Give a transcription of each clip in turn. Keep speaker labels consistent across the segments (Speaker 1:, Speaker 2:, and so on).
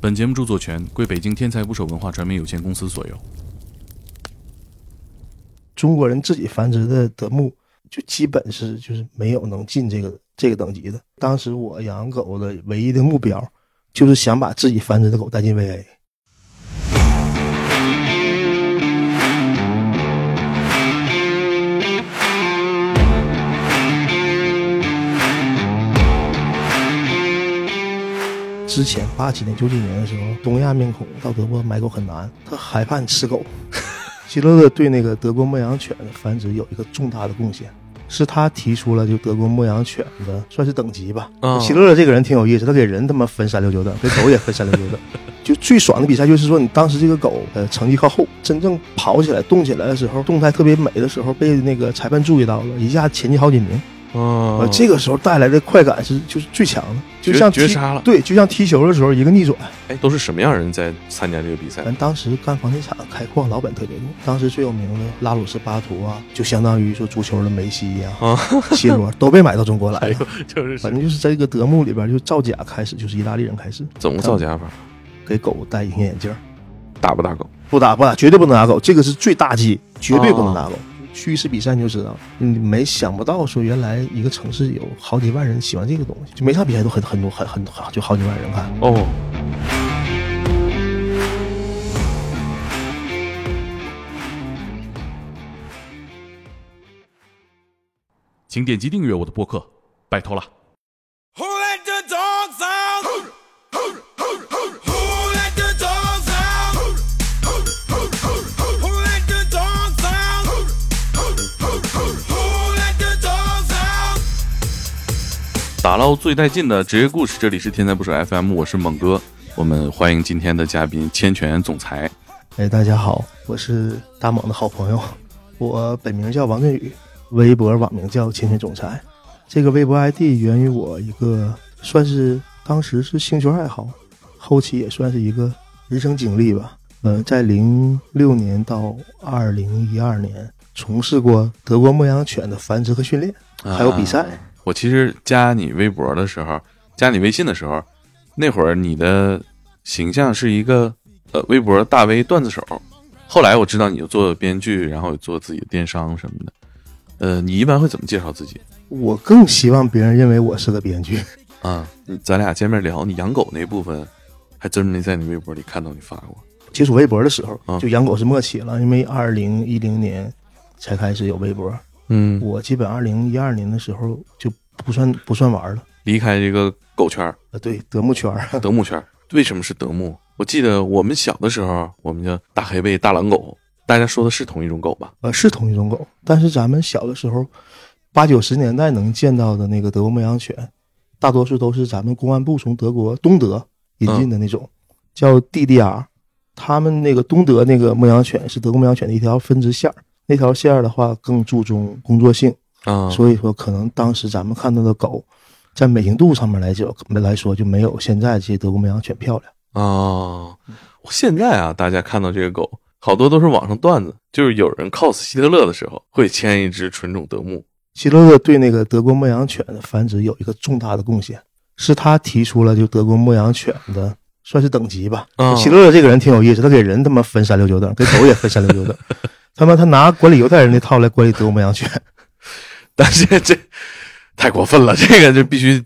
Speaker 1: 本节目著作权归北京天才捕手文化传媒有限公司所有。
Speaker 2: 中国人自己繁殖的德牧，就基本是就是没有能进这个这个等级的。当时我养狗的唯一的目标，就是想把自己繁殖的狗带进 VA。之前八几年、九几年的时候，东亚面孔到德国买狗很难，他害怕你吃狗。希特勒对那个德国牧羊犬的繁殖有一个重大的贡献，是他提出了就德国牧羊犬的算是等级吧。
Speaker 3: 嗯
Speaker 2: 希特勒这个人挺有意思，他给人他妈分三六九等，给狗也分三六 九等。就最爽的比赛就是说，你当时这个狗呃成绩靠后，真正跑起来、动起来的时候，动态特别美的时候，被那个裁判注意到了，一下前进好几名。
Speaker 3: 哦
Speaker 2: 呃，，这个时候带来的快感是就是最强的，就
Speaker 3: 绝
Speaker 2: 像
Speaker 3: 绝
Speaker 2: 踢
Speaker 3: 杀了
Speaker 2: 对，就像踢球的时候一个逆转。
Speaker 3: 哎，都是什么样人在参加这个比赛？
Speaker 2: 咱当时干房地产开矿，老板特别多。当时最有名的拉鲁斯巴图啊，就相当于说足球的梅西 呀、
Speaker 3: 啊
Speaker 2: C 罗都被买到中国来
Speaker 3: 哎
Speaker 2: 了
Speaker 3: 呦。，就是
Speaker 2: 反正就是在这个德牧里边，就造假开始，就是意大利人开始
Speaker 3: 怎么个造假法？
Speaker 2: 给狗戴隐形眼镜儿，
Speaker 3: 打不打狗？
Speaker 2: 不打不打，绝对不能打狗，这个是最大忌，绝对不能
Speaker 3: 哦
Speaker 2: 打狗。去一次比赛你就知道，你没想不到说原来一个城市有好几万人喜欢这个东西，就每场比赛都很很多很很很就好几万人看。
Speaker 3: 哦，
Speaker 1: 请点击订阅我的播客，拜托了。
Speaker 4: Who let the dogs out? Who, who, who, who, who let the dogs out? Who, who, who, who, who, who let the dogs out? Who, who, who, who, who let the dogs out?
Speaker 1: 打捞最带劲的职业故事，这里是天才捕手 FM，我是猛哥。我们欢迎今天的嘉宾千泉总裁。
Speaker 2: 哎，大家好，我是大猛的好朋友，我本名叫王振宇，微博网名叫千千总裁。这个微博 ID 源于我一个算是当时是兴趣爱好，后期也算是一个人生经历吧。嗯，在零六年到二零一二年，从事过德国牧羊犬的繁殖和训练，还有比赛。
Speaker 1: 啊我其实加你微博的时候，加你微信的时候，那会儿你的形象是一个呃微博大 V 段子手。后来我知道你有做编剧，然后有做自己的电商什么的。呃，你一般会怎么介绍自己
Speaker 2: 我更希望别人认为我是个编剧。
Speaker 1: 啊？你咱俩见面聊你养狗那部分，还真没在你微博里看到你发过。
Speaker 2: 接触微博的时候
Speaker 1: 啊，
Speaker 2: 就养狗是末期了，因为二零一零年才开始有微博。
Speaker 1: 嗯，
Speaker 2: 我基本二零一二年的时候就不算不算玩了。
Speaker 1: 离开这个狗圈儿，
Speaker 2: 呃，对，德牧圈儿，
Speaker 1: 德牧圈儿，为什么是德牧？我记得我们小的时候，我们叫大黑背、大狼狗，大家说的是同一种狗吧？
Speaker 2: 呃，是同一种狗，但是咱们小的时候，八九十年代能见到的那个德国牧羊犬，大多数都是咱们公安部从德国东德引进的那种，叫 DDR。他们那个东德那个牧羊犬是德国牧羊犬的一条分支线儿，那条线儿的话更注重工作性，
Speaker 1: 啊
Speaker 2: 所以说可能当时咱们看到的狗，在美型度上面来讲来说就没有现在这些德国牧羊犬漂亮。
Speaker 1: 哦，现在啊，大家看到这个狗，好多都是网上段子，就是有人 cos 希特勒的时候，会牵一只纯种德牧。
Speaker 2: 希特勒对那个德国牧羊犬的繁殖有一个重大的贡献，是他提出了就德国牧羊犬的算是等级吧。
Speaker 3: 嗯
Speaker 2: 希特勒这个人挺有意思，他给人他妈分三六九等，给狗也分三六九等， 他妈他拿管理犹太人那套来管理德国牧羊犬。
Speaker 1: 但是这太过分了，这个就必须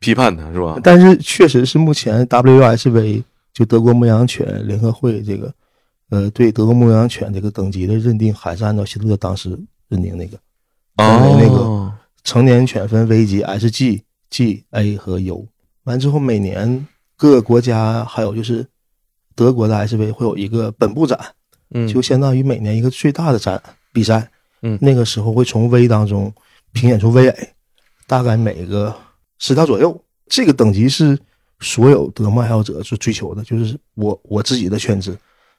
Speaker 1: 批判他，是吧？
Speaker 2: 但是确实是目前 WSV 就德国牧羊犬联合会这个，呃，对德国牧羊犬这个等级的认定还是按照希特勒当时认定那个
Speaker 1: 哦，
Speaker 2: 那个成年犬分 V 级、S、G、G、A 和 U。完之后，每年各个国家还有就是德国的 SV 会有一个本部展，
Speaker 3: 嗯，
Speaker 2: 就相当于每年一个最大的展比赛。
Speaker 3: 嗯
Speaker 2: 那个时候会从 V 当中评选出 VA，大概每个十条左右。这个等级是所有德牧爱好者所追求的，就是我我自己的犬只，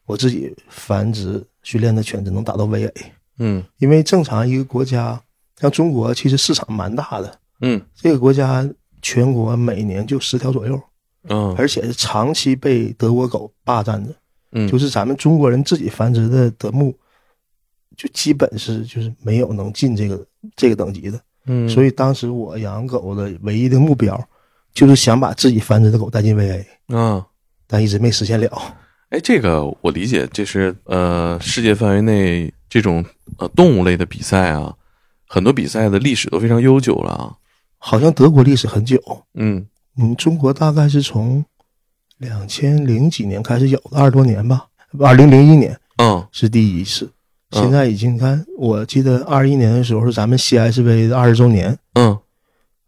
Speaker 2: 我自己繁殖训练的犬只能达到 VA。
Speaker 3: 嗯
Speaker 2: 因为正常一个国家，像中国其实市场蛮大的，
Speaker 3: 嗯
Speaker 2: 这个国家全国每年就十条左右，
Speaker 3: 嗯
Speaker 2: 而且是长期被德国狗霸占着。
Speaker 3: 嗯，
Speaker 2: 就是咱们中国人自己繁殖的德牧，就基本是就是没有能进这个这个等级的。
Speaker 3: 嗯，
Speaker 2: 所以当时
Speaker 1: 嗯
Speaker 2: 我养狗的唯一的目标，就是想把自己繁殖的狗带进 VA。
Speaker 3: 啊，
Speaker 2: 但一直没实现了。
Speaker 1: 哎，这个我理解，这是呃，世界范围内这种呃动物类的比赛啊，很多比赛的历史都非常悠久了啊。
Speaker 2: 好像德国历史很久，
Speaker 1: 嗯
Speaker 2: 嗯，中国大概是从两千零几年开始有的，二十多年吧，二零零一年
Speaker 1: 嗯
Speaker 2: 是第一次。
Speaker 1: 嗯
Speaker 2: 现在已经你看，我记得二一年的时候是咱们 CSV 的二十周年，
Speaker 1: 嗯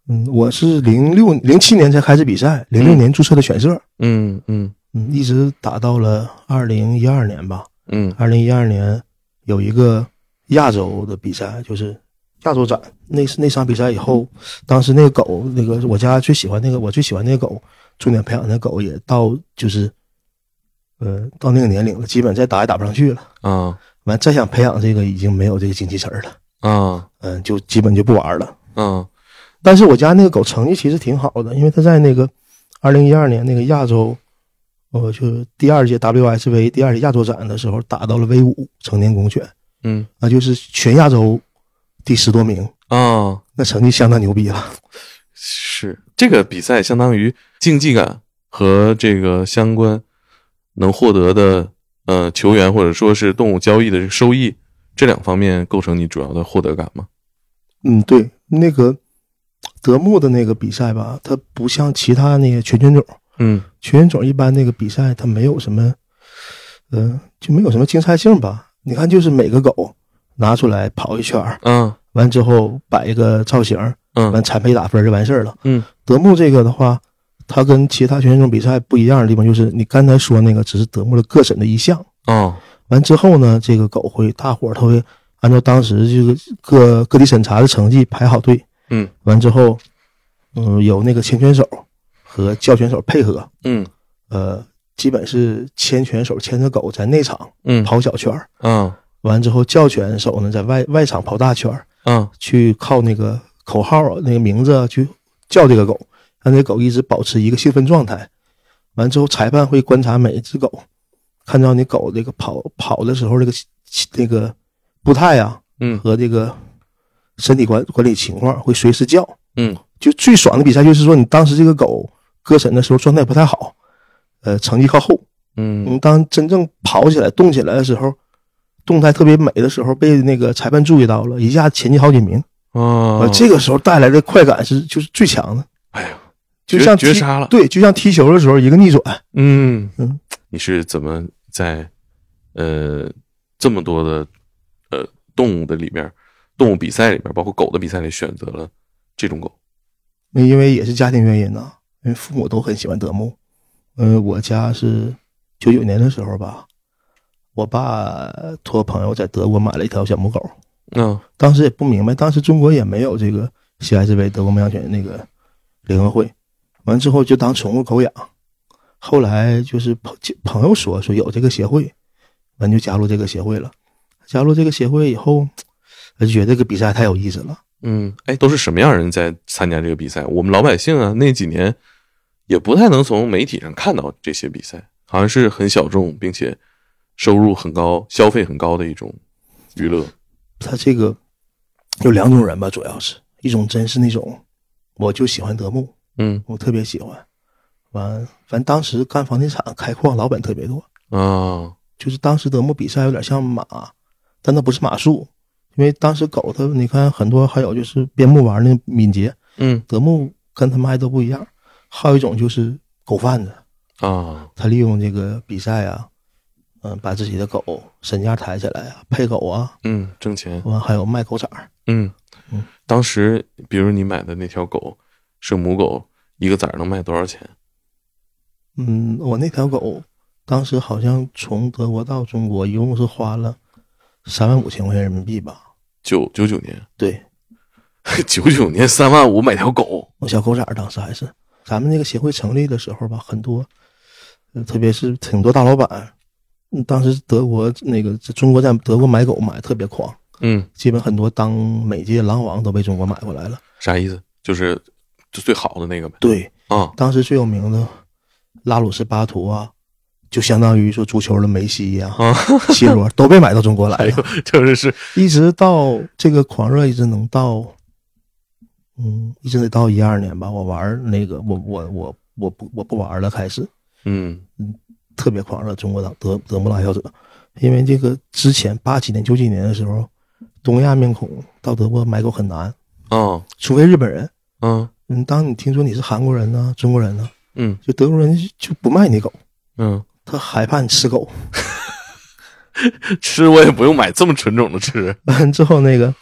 Speaker 2: 嗯，我是零六零七年才开始比赛，零六
Speaker 1: 嗯
Speaker 2: 年注册的选社，
Speaker 1: 嗯嗯
Speaker 2: 嗯，一直打到了二零一二年吧。
Speaker 1: 嗯
Speaker 2: 二零一二年有一个亚洲的比赛，就是亚洲展。那那场比赛以后，当时那个狗，那个我家最喜欢那个我最喜欢那个狗，重点培养的狗也到就是，呃，到那个年龄了，基本再打也打不上去了。
Speaker 1: 啊
Speaker 2: 完再想培养这个已经没有这个精气神儿了，
Speaker 1: 啊
Speaker 2: 嗯，就基本就不玩了。
Speaker 1: 啊
Speaker 2: 但是我家那个狗成绩其实挺好的，因为它在那个呃二零一二年那个亚洲，呃，就是第二届 WSV 第二届亚洲展的时候打到了 V 五成年公犬，
Speaker 1: 嗯
Speaker 2: 那就是全亚洲第十多名，
Speaker 1: 啊，
Speaker 2: 那成绩相当牛逼了。
Speaker 1: 是这个比赛相当于竞技感和这个相关能获得的呃球员或者说是动物交易的这个收益这两方面构成你主要的获得感吗？
Speaker 2: 嗯，对，那个德牧的那个比赛吧，它不像其他那些全犬种，
Speaker 1: 嗯
Speaker 2: 全犬种一般那个比赛它没有什么，呃，就没有什么竞赛性吧。你看，就是每个狗拿出来跑一圈儿，
Speaker 1: 啊
Speaker 2: 完之后摆一个造型儿，
Speaker 1: 嗯
Speaker 2: 完产配打分就完事儿了。
Speaker 1: 嗯，
Speaker 2: 德牧这个的话，它跟其他选手比赛不一样的地方就是，你刚才说那个只是德牧的个审的一项，
Speaker 1: 哦
Speaker 2: 完之后呢，这个狗会大伙儿他会按照当时这个各各地审查的成绩排好队。
Speaker 1: 嗯，
Speaker 2: 完之后，嗯、有那个牵犬手和教犬手配合，
Speaker 1: 嗯
Speaker 2: 呃，基本是牵犬手牵着狗在内场
Speaker 1: 嗯
Speaker 2: 跑小圈儿，
Speaker 1: 嗯
Speaker 2: 完之后教犬手呢在外外场跑大圈儿。
Speaker 1: 嗯
Speaker 2: 去靠那个口号啊、那个名字啊去叫这个狗，让这狗一直保持一个兴奋状态。完之后，裁判会观察每一只狗，看到你狗这个跑跑的时候这个这个步态啊
Speaker 1: 嗯
Speaker 2: 和这个身体管管理情况，会随时叫。
Speaker 1: 嗯，
Speaker 2: 就最爽的比赛就是说，你当时这个狗搁审的时候状态不太好，呃，成绩靠后。
Speaker 1: 嗯
Speaker 2: 你当真正跑起来、动起来的时候，动态特别美的时候，被那个裁判注意到了，一下前进好几名。
Speaker 1: 啊
Speaker 2: 呃，，这个时候带来的快感是就是最强的。
Speaker 1: 哎呀，
Speaker 2: 就像
Speaker 1: 绝绝
Speaker 2: 踢
Speaker 1: 杀了
Speaker 2: 对，就像踢球的时候一个逆转，
Speaker 1: 嗯
Speaker 2: 嗯，
Speaker 1: 你是怎么在呃这么多的呃动物的里边，动物比赛里边，包括狗的比赛里选择了这种狗？
Speaker 2: 那因为也是家庭原因呐、啊因为父母都很喜欢德牧。嗯、我家是九九年的时候吧，我爸托朋友在德国买了一条小母狗，
Speaker 1: 嗯
Speaker 2: 当时也不明白，当时中国也没有这个 CSV 德国牧羊犬那个联合会，完之后就当宠物狗养。后来就是朋朋友说说有这个协会，完就加入这个协会了。加入这个协会以后，我就觉得这个比赛太有意思了。
Speaker 1: 嗯，哎，都是什么样人在参加这个比赛？我们老百姓啊，那几年也不太能从媒体上看到这些比赛，好像是很小众，并且收入很高、消费很高的一种娱乐。
Speaker 2: 他这个有两种人吧，主要是一种真是那种，我就喜欢德牧，
Speaker 1: 嗯
Speaker 2: 我特别喜欢。完，反正当时干房地产开矿老板特别多，
Speaker 1: 啊
Speaker 2: 就是当时德牧比赛有点像马，但它不是马术，因为当时狗它你看很多还有就是边牧玩的敏捷，
Speaker 1: 嗯
Speaker 2: 德牧跟他们还都不一样。还有一种就是狗贩子，
Speaker 1: 啊
Speaker 2: 他利用这个比赛啊，嗯、把自己的狗身价抬起来啊，配狗啊，
Speaker 1: 嗯，挣钱。
Speaker 2: 完还有卖狗崽儿，
Speaker 1: 嗯
Speaker 2: 嗯，
Speaker 1: 当时比如你买的那条狗是母狗，一个崽儿能卖多少钱？
Speaker 2: 嗯，我那条狗当时好像从德国到中国一共是花了三万五千块钱人民币吧？
Speaker 1: 九九九年，
Speaker 2: 对，
Speaker 1: 九九年三万五买条狗，
Speaker 2: 我小狗崽儿当时还是咱们那个协会成立的时候吧，很多，呃特别是挺多大老板，嗯当时德国那个在中国在德国买狗买得特别狂，
Speaker 1: 嗯，
Speaker 2: 基本很多当美界狼王都被中国买过来了。
Speaker 1: 啥意思？就是就最好的那个呗。
Speaker 2: 对，
Speaker 1: 啊，
Speaker 2: 当时最有名的拉鲁斯巴图啊，就相当于说足球的梅西呀、
Speaker 1: 啊
Speaker 2: C 罗都被买到中国来了。
Speaker 1: 就是是
Speaker 2: 一直到这个狂热，一直能到，嗯，一直得到一二年吧。我玩儿那个，我我我我不我不玩儿了，开始
Speaker 1: 嗯
Speaker 2: 特别狂热中国党德德穆拉小者，因为这个之前八几年九几年的时候，东亚面孔到德国买狗很难，
Speaker 1: 哦
Speaker 2: 除非日本人。
Speaker 1: 嗯
Speaker 2: 嗯，当你听说你是韩国人呢、中国人呢，
Speaker 1: 嗯，
Speaker 2: 就德国人就不卖你狗，
Speaker 1: 嗯，
Speaker 2: 他害怕你吃狗。
Speaker 1: 吃我也不用买这么纯种的吃，
Speaker 2: 完了之后，那个，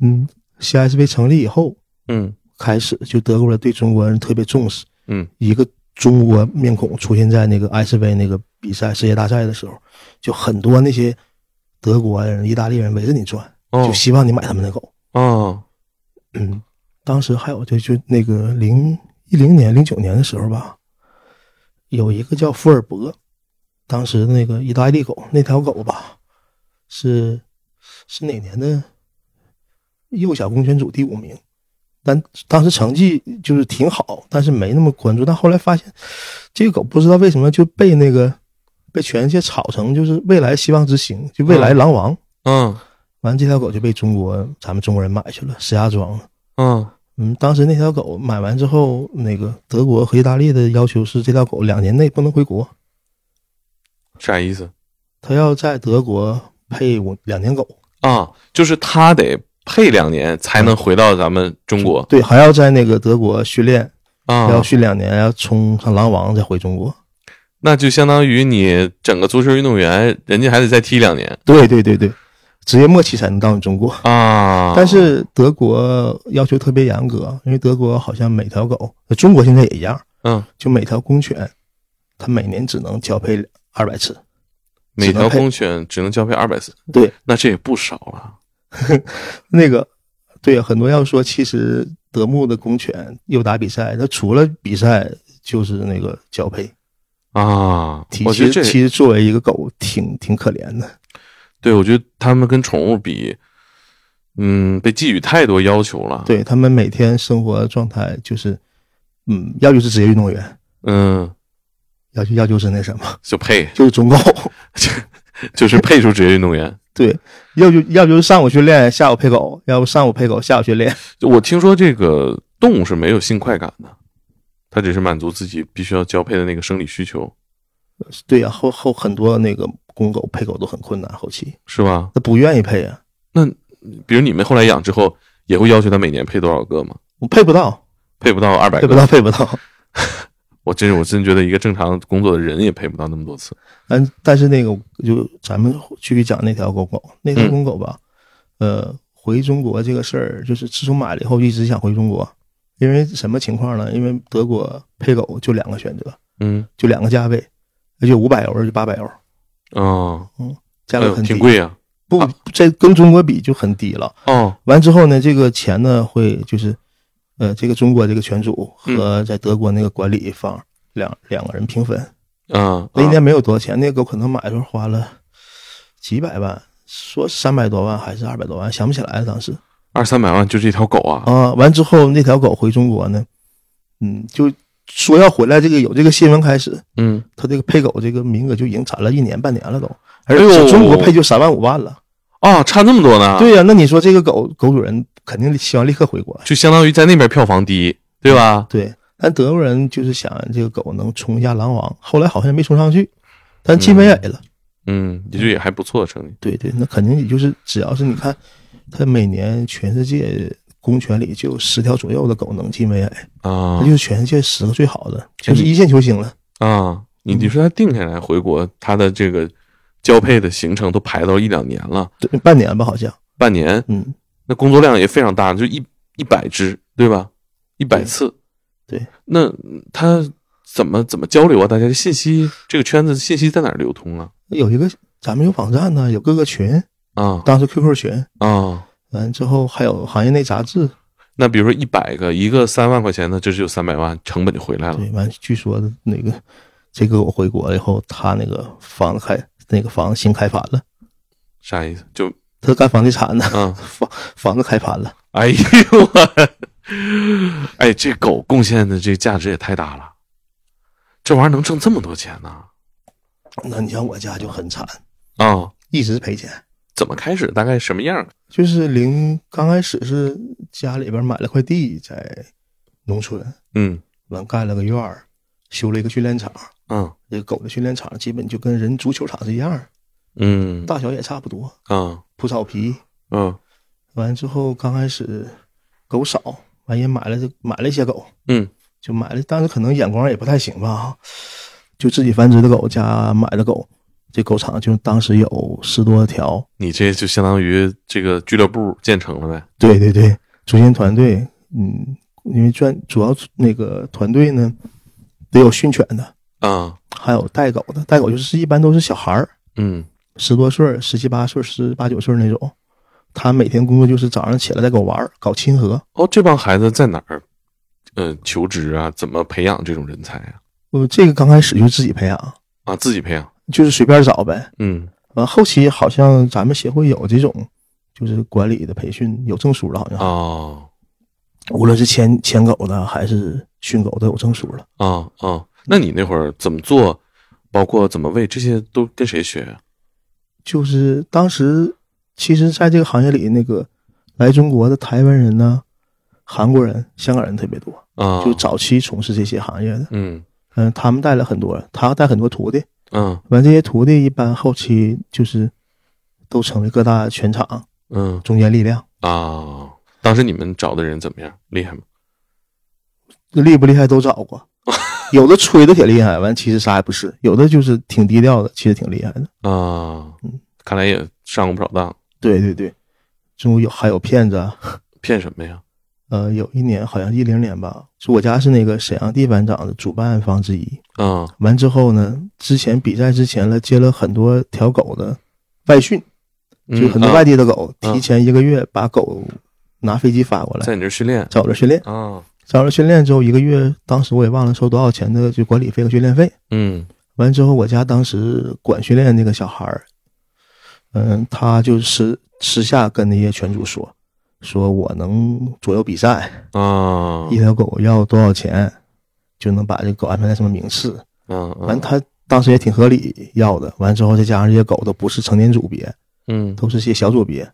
Speaker 2: 嗯，CSV 成立以后，
Speaker 1: 嗯
Speaker 2: 开始就德国人对中国人特别重视。
Speaker 1: 嗯，
Speaker 2: 一个中国面孔出现在那个 SV 那个比赛世界大赛的时候，就很多那些德国人、意大利人围着你转，
Speaker 1: 哦
Speaker 2: 就希望你买他们的狗。
Speaker 1: 哦
Speaker 2: 嗯，当时还有就就那个零一零年、零九年的时候吧，有一个叫福尔博，当时那个意大利狗那条狗吧，是是哪年的幼小公犬组第五名，但当时成绩就是挺好，但是没那么关注。但后来发现，这个狗不知道为什么就被那个被全世界炒成就是未来希望之星，就未来狼王。
Speaker 1: 嗯
Speaker 2: 完，这条狗就被中国咱们中国人买去了，石家庄。
Speaker 1: 嗯
Speaker 2: 嗯，当时那条狗买完之后，那个德国和意大利的要求是这条狗两年内不能回国，
Speaker 1: 啥意思
Speaker 2: 它要在德国配五两年狗，
Speaker 1: 啊？就是他得配两年才能回到咱们中国
Speaker 2: 对，还要在那个德国训练，
Speaker 1: 啊
Speaker 2: 要，训两年，要冲上狼王再回中国。
Speaker 1: 那就相当于你整个足球运动员，人家还得再踢两年
Speaker 2: 对对对对，职业末期才能到你中国。
Speaker 1: 啊。
Speaker 2: 但是德国要求特别严格，因为德国好像每条狗，呃中国现在也一样，
Speaker 1: 嗯，
Speaker 2: 就每条公犬，它每年只能交配二百次。
Speaker 1: 每条
Speaker 2: 只能配
Speaker 1: 公犬只能交配二百次，
Speaker 2: 对，
Speaker 1: 那这也不少啊了。
Speaker 2: 那个，对，很多要说，其实德牧的公犬又打比赛，它除了比赛就是那个交配。
Speaker 1: 啊，
Speaker 2: 其
Speaker 1: 我觉得
Speaker 2: 实
Speaker 1: 这
Speaker 2: 其实作为一个狗，挺挺可怜的。
Speaker 1: 对，我觉得他们跟宠物比，嗯，被寄予太多要求了。，
Speaker 2: 对他们每天生活状态就是，嗯，要就是职业运动员，
Speaker 1: 嗯，
Speaker 2: 要就要就是那什么，
Speaker 1: 就配，
Speaker 2: 就是中狗。
Speaker 1: 就是配出职业运动员。
Speaker 2: 对，要就要就是上午训练，下午配狗；要不上午配狗，下午训练。
Speaker 1: 就我听说这个动物是没有性快感的，它只是满足自己必须要交配的那个生理需求，
Speaker 2: 对呀、后后很多那个公狗配狗都很困难，后期
Speaker 1: 是吧？
Speaker 2: 它不愿意配啊，
Speaker 1: 比如你们后来养之后，也会要求它每年配多少个吗？
Speaker 2: 我配不到，
Speaker 1: 配不到二百
Speaker 2: 配不
Speaker 1: 个，
Speaker 2: 到，配不到。
Speaker 1: 我真是我真觉得一个正常工作的人也配不到那么多次。
Speaker 2: 嗯，但是那个就咱们继续讲那条公狗，那
Speaker 1: 嗯
Speaker 2: 条公狗吧，呃，回中国这个事儿，就是自从买了以后一直想回中国，因为什么情况呢？因为德国配狗就两个选择，
Speaker 1: 嗯，
Speaker 2: 就两个价位，那就五百欧就八百欧，
Speaker 1: 哦，
Speaker 2: 价
Speaker 1: 哎
Speaker 2: 格
Speaker 1: 呦
Speaker 2: 很低，
Speaker 1: 挺贵啊。
Speaker 2: 不，这跟中国比就很低了。
Speaker 1: 哦，
Speaker 2: 完之后呢，这个钱呢会就是，呃，这个中国这个犬主和在德国那个管理方、两两个人平分，
Speaker 1: 嗯，
Speaker 2: 那一
Speaker 1: 啊
Speaker 2: 年没有多少钱，那个狗可能买的时候花了几百万，说三百多万还是二百多万，想不起来了当时
Speaker 1: 二三百万就这条狗啊。
Speaker 2: 啊。完之后那条狗回中国呢，嗯，就说要回来，这个有这个新闻开始，
Speaker 1: 嗯，
Speaker 2: 它这个配狗这个名额就已经攒了一年半年了都，而
Speaker 1: 哎呦
Speaker 2: 且中国配就三万五万了。
Speaker 1: 哦，差那么多呢。，
Speaker 2: 对呀、那你说这个狗狗主人肯定希望立刻回国呀，
Speaker 1: 就相当于在那边票房低，对吧？
Speaker 2: 对，但德国人就是想这个狗能冲一下狼王，后来好像没冲上去，但进北美了。
Speaker 1: 嗯，也就也还不错的成绩。
Speaker 2: 对对，那肯定也就是只要是你看，它每年全世界公犬里就有十条左右的狗能进 VA，它
Speaker 1: 啊
Speaker 2: 就是全世界十个最好的，就是一线球星了。
Speaker 1: 啊，你你说他定下来回国，他的这个交配的行程都排到一两年了，
Speaker 2: 对，半年吧好像，
Speaker 1: 半年，
Speaker 2: 嗯，
Speaker 1: 那工作量也非常大，就一一百只，对吧？一百
Speaker 2: 对
Speaker 1: 次，
Speaker 2: 对，
Speaker 1: 那他怎么怎么交流啊？大家这信息这个圈子信息在哪儿流通啊？
Speaker 2: 有一个咱们有网站呢，有各个群，
Speaker 1: 啊
Speaker 2: 当时 QQ 群，
Speaker 1: 啊，
Speaker 2: 完之后还有行业内杂志，
Speaker 1: 那比如说一百个，一个三万块钱的，这就有三百万，成本就回来了。
Speaker 2: 对，完据说那个这个我回国了以后，他那个房子开那个房子新开盘了，
Speaker 1: 啥意思？就
Speaker 2: 他干房地产的，
Speaker 1: 嗯
Speaker 2: 房房子开盘了。
Speaker 1: 哎呦 我，哎，这狗贡献的这价值也太大了，这玩意儿能挣这么多钱呢？
Speaker 2: 那你像我家就很惨，
Speaker 1: 啊、
Speaker 2: 一直赔钱。
Speaker 1: 怎么开始？大概什么样？
Speaker 2: 就是零刚开始是家里边买了块地在农村，
Speaker 1: 嗯
Speaker 2: 完盖了个院儿，修了一个训练场，
Speaker 1: 嗯
Speaker 2: 这个狗的训练场基本就跟人足球场是一样儿，
Speaker 1: 嗯
Speaker 2: 大小也差不多，
Speaker 1: 啊
Speaker 2: 铺草皮。
Speaker 1: 嗯
Speaker 2: 完之后刚开始狗少，完也买了这买了一些狗，
Speaker 1: 嗯，
Speaker 2: 就买了，但是可能眼光也不太行吧，就自己繁殖的狗加买的狗，这狗场就当时有十多条，
Speaker 1: 你这就相当于这个俱乐部建成了呗。
Speaker 2: 对对对，组建团队，嗯，因为专主要那个团队呢，得有训犬的，
Speaker 1: 啊
Speaker 2: 还有带狗的，带狗就是一般都是小孩儿，
Speaker 1: 嗯
Speaker 2: 十多岁儿、十七八岁儿、十八九岁儿那种，他每天工作就是早上起来带狗玩儿，搞亲和。
Speaker 1: 哦，这帮孩子在哪儿？呃，求职啊，怎么培养这种人才啊？
Speaker 2: 呃，这个刚开始就自己培养，
Speaker 1: 啊，自己培养。
Speaker 2: 就是随便找呗。
Speaker 1: 嗯
Speaker 2: 完、后期好像咱们协会有这种，就是管理的培训有证书了，好像、
Speaker 1: 哦
Speaker 2: 无论是牵牵狗的还是训狗都有证书了。
Speaker 1: 哦哦，那你那会儿怎么做？包括怎么喂这些都跟谁学啊？
Speaker 2: 就是当时，其实在这个行业里，那个来中国的台湾人呢、韩国人、香港人特别多，
Speaker 1: 啊
Speaker 2: 就早期从事这些行业的，
Speaker 1: 嗯
Speaker 2: 嗯，他们带了很多，他带很多徒弟，
Speaker 1: 嗯
Speaker 2: 完这些徒弟一般后期就是都成为各大拳场
Speaker 1: 嗯
Speaker 2: 中坚力量，
Speaker 1: 啊，当时你们找的人怎么样？厉害吗？
Speaker 2: 厉不厉害都找过，有的吹的挺厉害，完其实啥也不是，有的就是挺低调的，其实挺厉害的。
Speaker 1: 啊
Speaker 2: 嗯，
Speaker 1: 看来也上过不少当，
Speaker 2: 对对对，中国有还有骗子啊，
Speaker 1: 骗什么呀？
Speaker 2: 呃，有一年好像一零年吧，是我家是那个沈阳地板长的主办方之一。
Speaker 1: 啊
Speaker 2: 完之后呢，之前比赛之前了，接了很多条狗的外训，
Speaker 1: 嗯
Speaker 2: 就很多外
Speaker 1: 啊
Speaker 2: 地的狗、
Speaker 1: 嗯
Speaker 2: 提前一个月把狗拿飞机发过来，
Speaker 1: 在你这儿训练
Speaker 2: 找我这训练，
Speaker 1: 啊，
Speaker 2: 找我这训练之后一个月，当时我也忘了收多少钱的就管理费和训练费。
Speaker 1: 嗯
Speaker 2: 完之后，我家当时管训练那个小孩儿，嗯，他就私私下跟那些犬主说，说我能左右比赛，
Speaker 1: 啊，
Speaker 2: 一条狗要多少钱，就能把这狗安排在什么名次。
Speaker 1: 嗯
Speaker 2: 完，
Speaker 1: 嗯
Speaker 2: 他当时也挺合理要的。完之后，再加上这些狗都不是成年组别，
Speaker 1: 嗯
Speaker 2: 都是些小组别。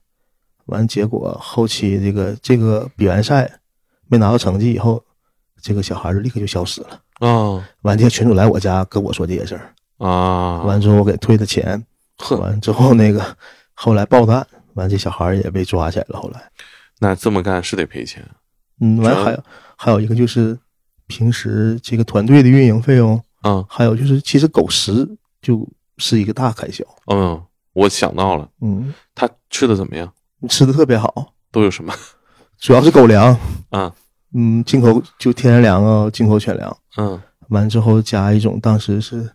Speaker 2: 完，结果后期这个这个比完赛没拿到成绩以后，这个小孩就立刻就消失了。
Speaker 1: 啊
Speaker 2: 完，这些群主来我家跟我说这些事儿。
Speaker 1: 啊，
Speaker 2: 完之后，我给退 的钱。
Speaker 1: 呵，
Speaker 2: 完之后，那个后来报的案，完这小孩也被抓起来了。后来，
Speaker 1: 那这么干是得赔钱
Speaker 2: 嗯，完
Speaker 1: 主要
Speaker 2: 还有还有一个就是平时这个团队的运营费用。
Speaker 1: 啊。
Speaker 2: 还有就是，其实狗食就是一个大开销。
Speaker 1: 嗯，我想到了，
Speaker 2: 嗯，
Speaker 1: 他吃的怎么样？
Speaker 2: 你吃的特别好，
Speaker 1: 都有什么？
Speaker 2: 主要是狗粮。
Speaker 1: 啊，
Speaker 2: 嗯，进口就天然粮啊，进口犬粮。
Speaker 1: 嗯
Speaker 2: 完之后加一种，当时是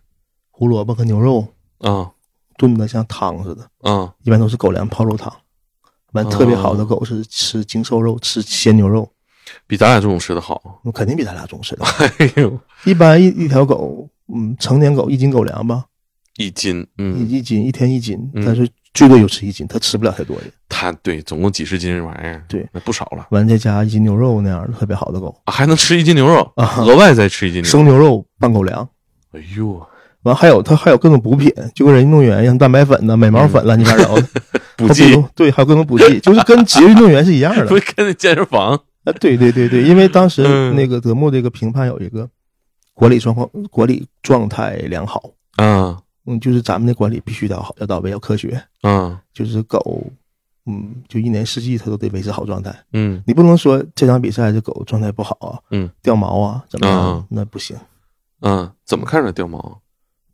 Speaker 2: 胡萝卜和牛肉
Speaker 1: 啊
Speaker 2: 炖的像汤似的，
Speaker 1: 啊
Speaker 2: 一般都是狗粮泡肉汤。完，
Speaker 1: 哦
Speaker 2: 特别好的狗是吃精瘦肉，吃鲜牛肉，
Speaker 1: 比咱俩这种吃的好。
Speaker 2: 那肯定比咱俩重视的。
Speaker 1: 哎呦，
Speaker 2: 一般一一条狗，嗯，成年狗一斤狗粮吧，
Speaker 1: 一斤，嗯，
Speaker 2: 一一斤一天一斤，
Speaker 1: 嗯
Speaker 2: 但是最多就吃一斤，它吃不了太多的。
Speaker 1: 他对，总共几十斤这玩意儿，
Speaker 2: 对，
Speaker 1: 那不少了。
Speaker 2: 完再加一斤牛肉那样的特别好的狗，
Speaker 1: 啊还能吃一斤牛肉，
Speaker 2: 啊
Speaker 1: 额外再吃一斤牛
Speaker 2: 生牛肉拌狗粮，
Speaker 1: 肉。哎呦，
Speaker 2: 完还有它还有各种补品，就跟人运动员一样，蛋白粉呐、美毛粉乱七八糟的
Speaker 1: 嗯 补
Speaker 2: 它
Speaker 1: 剂
Speaker 2: 用对，还有各种补剂，就是跟职业运动员是一样
Speaker 1: 不
Speaker 2: 的。
Speaker 1: 是跟那健身房
Speaker 2: 啊，对对对对，因为当时
Speaker 1: 嗯
Speaker 2: 那个德牧这个评判有一个管理状况，管理状态良好，
Speaker 1: 啊
Speaker 2: 嗯，就是咱们的管理必须得好，要到位，要科学，
Speaker 1: 啊
Speaker 2: 就是狗。嗯，就一年四季它都得维持好状态，
Speaker 1: 嗯，
Speaker 2: 你不能说这场比赛这狗状态不好啊，
Speaker 1: 嗯，
Speaker 2: 掉毛啊，怎么样？
Speaker 1: 啊
Speaker 2: 那不行。
Speaker 1: 嗯，怎么看出来掉毛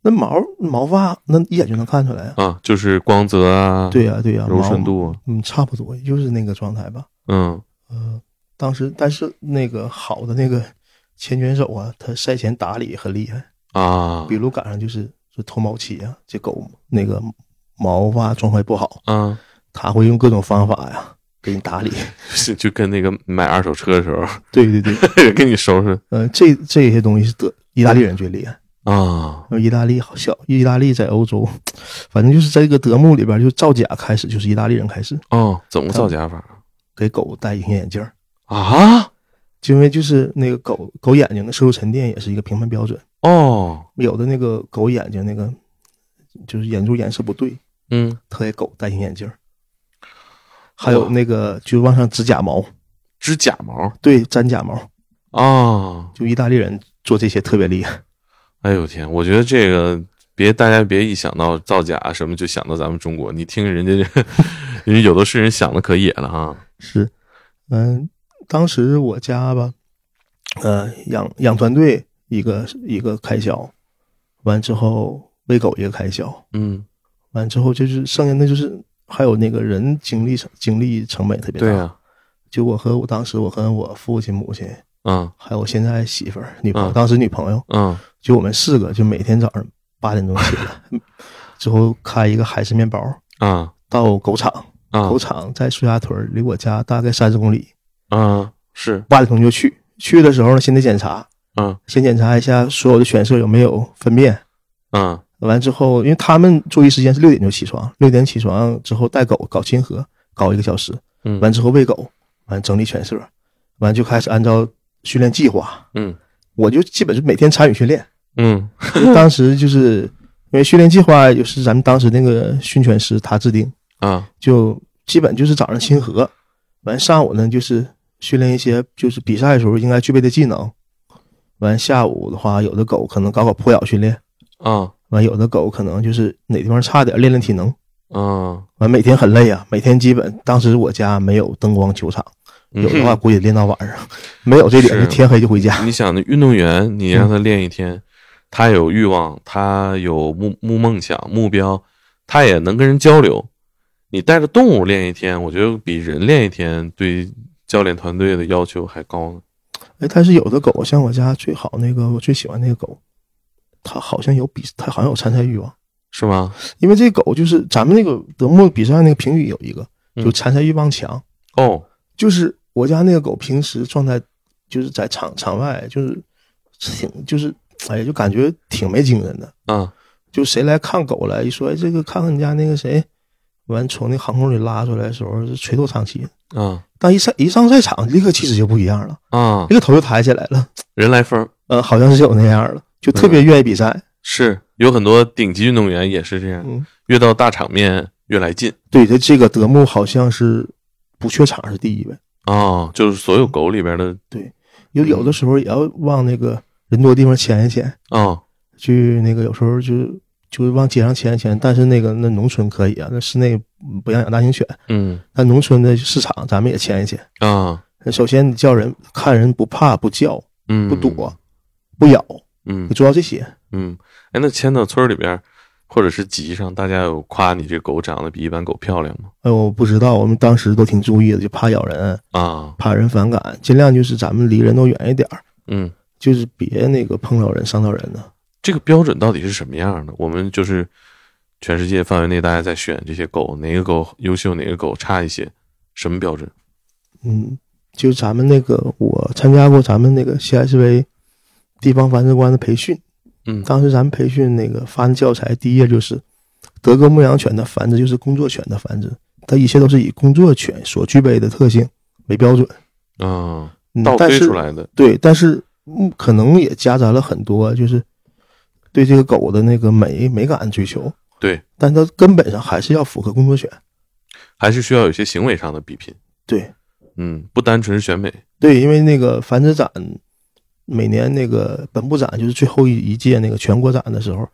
Speaker 2: 那毛毛发那一眼就能看出来啊。
Speaker 1: 啊？就是光泽啊，
Speaker 2: 对呀、对呀、
Speaker 1: 柔
Speaker 2: 毛
Speaker 1: 顺，度，啊
Speaker 2: 嗯，差不多就是那个状态吧。
Speaker 1: 嗯
Speaker 2: 呃，当时但是那个好的那个前拳手啊，他赛前打理很厉害，
Speaker 1: 啊
Speaker 2: 比如赶上就是就脱毛期啊，这狗那个毛发状态不好，
Speaker 1: 啊，
Speaker 2: 他会用各种方法呀给你打理。
Speaker 1: 是就跟那个买二手车的时候
Speaker 2: 对对对，
Speaker 1: 给你收拾
Speaker 2: 呃，这这些东西是德意大利人最厉害。呃
Speaker 1: 啊，
Speaker 2: 然后意大利好小，意大利在欧洲，反正就是在这个德牧里边，就造假开始就是意大利人开始
Speaker 1: 哦，怎么个造假法
Speaker 2: 给狗戴隐形眼镜儿。
Speaker 1: 啊？
Speaker 2: 就因为就是那个狗狗眼睛的色素沉淀也是一个评判标准，
Speaker 1: 哦，
Speaker 2: 有的那个狗眼睛那个就是眼珠颜色不对，
Speaker 1: 嗯，
Speaker 2: 它给狗戴隐形眼镜儿。还有那个就是往上指假毛，
Speaker 1: 指甲毛
Speaker 2: 对，粘假毛，
Speaker 1: 啊，
Speaker 2: 就意大利人做这些特别厉害。
Speaker 1: 哎呦天，我觉得这个别大家别一想到造假什么就想到咱们中国，你听人家这，人家有的是人想的可野了哈。
Speaker 2: 是，嗯，当时我家吧，呃，养养团队一个一个开销，完之后喂狗一个开销，
Speaker 1: 嗯，
Speaker 2: 完之后就是剩下那就是还有那个人精力成精力成本也特别大。
Speaker 1: 对啊呀、
Speaker 2: 就我和我当时我跟我父亲母亲，
Speaker 1: 啊，
Speaker 2: 还有我现在媳妇儿女朋友，
Speaker 1: 嗯
Speaker 2: 当时女朋友，
Speaker 1: 嗯
Speaker 2: 就我们四个就每天早上八点钟 起来，之后开一个海式面包
Speaker 1: 嗯啊
Speaker 2: 到狗场，
Speaker 1: 啊
Speaker 2: 狗场在苏家屯儿，离我家大概三十公里。
Speaker 1: 啊，是
Speaker 2: 八点钟就去。去的时候呢，先得检查，
Speaker 1: 嗯，
Speaker 2: 先检查一下所有的犬舍有没有粪便。
Speaker 1: 嗯
Speaker 2: 完之后，因为他们作息时间是六点就起床，六点起床之后带狗搞亲和，搞一个小时，
Speaker 1: 嗯
Speaker 2: 完之后喂狗，完整理犬舍，完就开始按照训练计划。
Speaker 1: 嗯，
Speaker 2: 我就基本是每天参与训练。
Speaker 1: 嗯
Speaker 2: 当时就是因为训练计划，就是咱们当时那个训犬师他制定，
Speaker 1: 啊
Speaker 2: 就基本就是早上亲和，完上午呢就是训练一些就是比赛的时候应该具备的技能，完下午的话，有的狗可能搞搞扑咬训练，
Speaker 1: 啊
Speaker 2: 完有的狗可能就是哪地方差点练练体能，
Speaker 1: 啊，
Speaker 2: 完每天很累啊，每天基本当时我家没有灯光球场，有的话估计练到晚上，没有这点
Speaker 1: 嗯是
Speaker 2: 就天黑就回家，
Speaker 1: 你想那运动员，你让他
Speaker 2: 嗯
Speaker 1: 练一天，他有欲望，他有目目梦想目标，他也能跟人交流。你带着动物练一天，我觉得比人练一天对教练团队的要求还高呢。
Speaker 2: 哎，但是有的狗像我家最好那个我最喜欢那个狗，它好像有比它好像有参赛欲望。
Speaker 1: 是吗？
Speaker 2: 因为这狗就是咱们那个德牧比赛那个评语有一个，
Speaker 1: 嗯
Speaker 2: 就参赛欲望强，
Speaker 1: 哦，
Speaker 2: 就是我家那个狗平时状态就是在场场外就是挺就是哎呀就感觉挺没精神的，
Speaker 1: 啊
Speaker 2: 就谁来看狗来一说哎这个看看你家那个谁，完从那航空里拉出来的时候是垂头丧气的，
Speaker 1: 啊
Speaker 2: 但一上一上赛场立刻气质就不一样了，
Speaker 1: 啊！
Speaker 2: 这个头就抬起来了，
Speaker 1: 人来疯儿
Speaker 2: 呃好像是有那样了，就特别愿意比赛，
Speaker 1: 是有很多顶级运动员也是这样，
Speaker 2: 嗯，
Speaker 1: 越到大场面越来劲
Speaker 2: 对这这个德牧好像是不怯场是第一位。
Speaker 1: 哦，就是所有狗里边的
Speaker 2: 有有的时候也要往那个人多地方潜一潜，
Speaker 1: 哦，
Speaker 2: 去那个有时候就是就是往街上潜一潜，但是那个那农村可以啊，那室内嗯不让养大型犬，
Speaker 1: 嗯
Speaker 2: 那农村的市场咱们也潜一潜。
Speaker 1: 啊
Speaker 2: 首先你叫人看人不怕不叫
Speaker 1: 嗯
Speaker 2: 不躲不咬，
Speaker 1: 嗯
Speaker 2: 你做到这些，
Speaker 1: 嗯，哎，那迁到村儿里边儿，或者是集上，大家有夸你这狗长得比一般狗漂亮吗？
Speaker 2: 哎我不知道，我们当时都挺注意的，就怕咬人，
Speaker 1: 啊，
Speaker 2: 怕人反感，尽量就是咱们离人都远一点儿，
Speaker 1: 嗯，
Speaker 2: 就是别那个碰到人伤到人呢。
Speaker 1: 这个标准到底是什么样的？我们就是全世界范围内，大家在选这些狗，哪个狗优秀，哪个狗差一些，什么标准？
Speaker 2: 嗯，就咱们那个，我参加过咱们那个 CSV 地方繁殖官的培训。
Speaker 1: 嗯
Speaker 2: 当时咱们培训那个发的教材，第一页就是德格牧羊犬的繁殖就是工作犬的繁殖，它一切都是以工作犬所具备的特性为标准。
Speaker 1: 啊，
Speaker 2: 嗯
Speaker 1: 倒，
Speaker 2: 但
Speaker 1: 推
Speaker 2: 是
Speaker 1: 出来的，
Speaker 2: 对，但是嗯，可能也夹杂了很多就是对这个狗的那个美美感追求。
Speaker 1: 对，
Speaker 2: 但它根本上还是要符合工作犬。
Speaker 1: 还是需要有些行为上的比拼。
Speaker 2: 对，
Speaker 1: 嗯，不单纯是选美。
Speaker 2: 对，因为那个繁殖展，每年那个本部展就是最后一一届那个全国展的时候，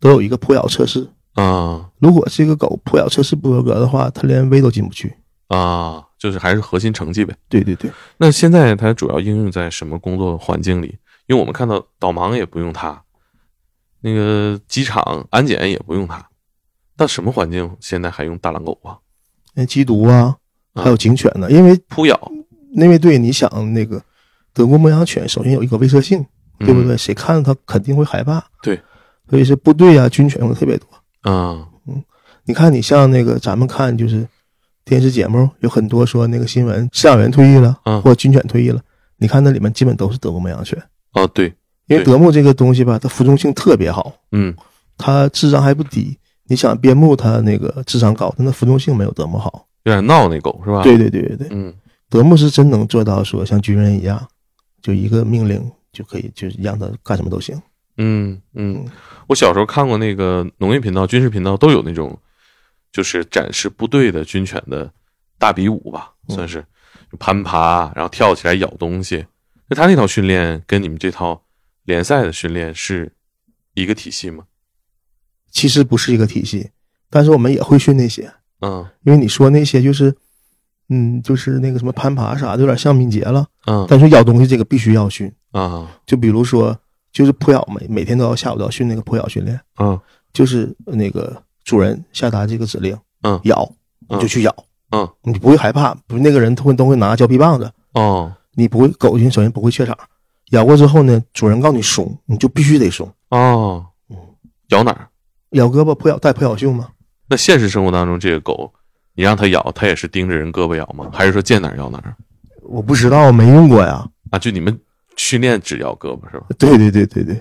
Speaker 2: 都有一个扑咬测试。
Speaker 1: 啊
Speaker 2: 如果这个狗扑咬测试不合格的话，它连 V 都进不去。
Speaker 1: 啊，就是还是核心成绩呗。
Speaker 2: 对对对，
Speaker 1: 那现在它主要应用在什么工作环境里？因为我们看到导盲也不用它，那个机场安检也不用它，但什么环境现在还用大狼狗啊？
Speaker 2: 那缉毒啊，
Speaker 1: 啊
Speaker 2: 还有警犬呢、因为
Speaker 1: 扑咬，
Speaker 2: 因为对，你想那个德国牧羊犬，首先有一个威慑性，对不
Speaker 1: 嗯
Speaker 2: 对？？谁看到它肯定会害怕。
Speaker 1: 对，
Speaker 2: 所以是部队啊，军犬用的特别多。
Speaker 1: 啊，
Speaker 2: 你看，你像那个咱们看就是电视节目，有很多说那个新闻，饲养员退役了，
Speaker 1: 嗯
Speaker 2: 或者军犬退役了，你看那里面基本都是德牧牧羊犬，
Speaker 1: 哦，对，
Speaker 2: 因
Speaker 1: 对
Speaker 2: 为德牧这个东西吧，它服从性特别好，
Speaker 1: 嗯，
Speaker 2: 它智商还不低。你想边牧它那个智商高，但它服从性没有德牧好。
Speaker 1: 有点闹那狗是吧？，
Speaker 2: 对对对对对，
Speaker 1: 嗯
Speaker 2: 德牧是真能做到说像军人一样，就一个命令就可以，就是让它干什么都行。
Speaker 1: 嗯嗯
Speaker 2: 嗯。
Speaker 1: 我小时候看过那个农业频道、军事频道都有那种，就是展示部队的军犬的大比武吧，算是就攀爬，然后跳起来咬东西。那他那套训练跟你们这套联赛的训练是一个体系吗？
Speaker 2: 其实不是一个体系，但是我们也会训那些，
Speaker 1: 嗯
Speaker 2: 因为你说那些就是，嗯，就是那个什么攀爬啥的，有点像敏捷了。
Speaker 1: 嗯
Speaker 2: 但是咬东西这个必须要训，
Speaker 1: 啊
Speaker 2: 就比如说就是扑咬，每每天都要下午都要训那个扑咬训练，
Speaker 1: 嗯
Speaker 2: 就是那个主人下达这个指令，
Speaker 1: 嗯
Speaker 2: 咬你就
Speaker 1: 嗯
Speaker 2: 去咬，
Speaker 1: 嗯，
Speaker 2: 你不会害怕，不是那个人都会都会拿胶皮棒子，
Speaker 1: 哦
Speaker 2: 你不会狗先首先不会怯场，咬过之后呢，主人告诉你怂，你就必须得怂，
Speaker 1: 哦，咬哪儿？
Speaker 2: 咬胳膊扑咬带扑咬训嘛，
Speaker 1: 那现实生活当中，这个狗，你让它咬，它也是盯着人胳膊咬吗？还是说见哪儿咬哪儿
Speaker 2: 我不知道没用过呀，
Speaker 1: 啊？就你们训练只咬胳膊是吧？
Speaker 2: 对对对对对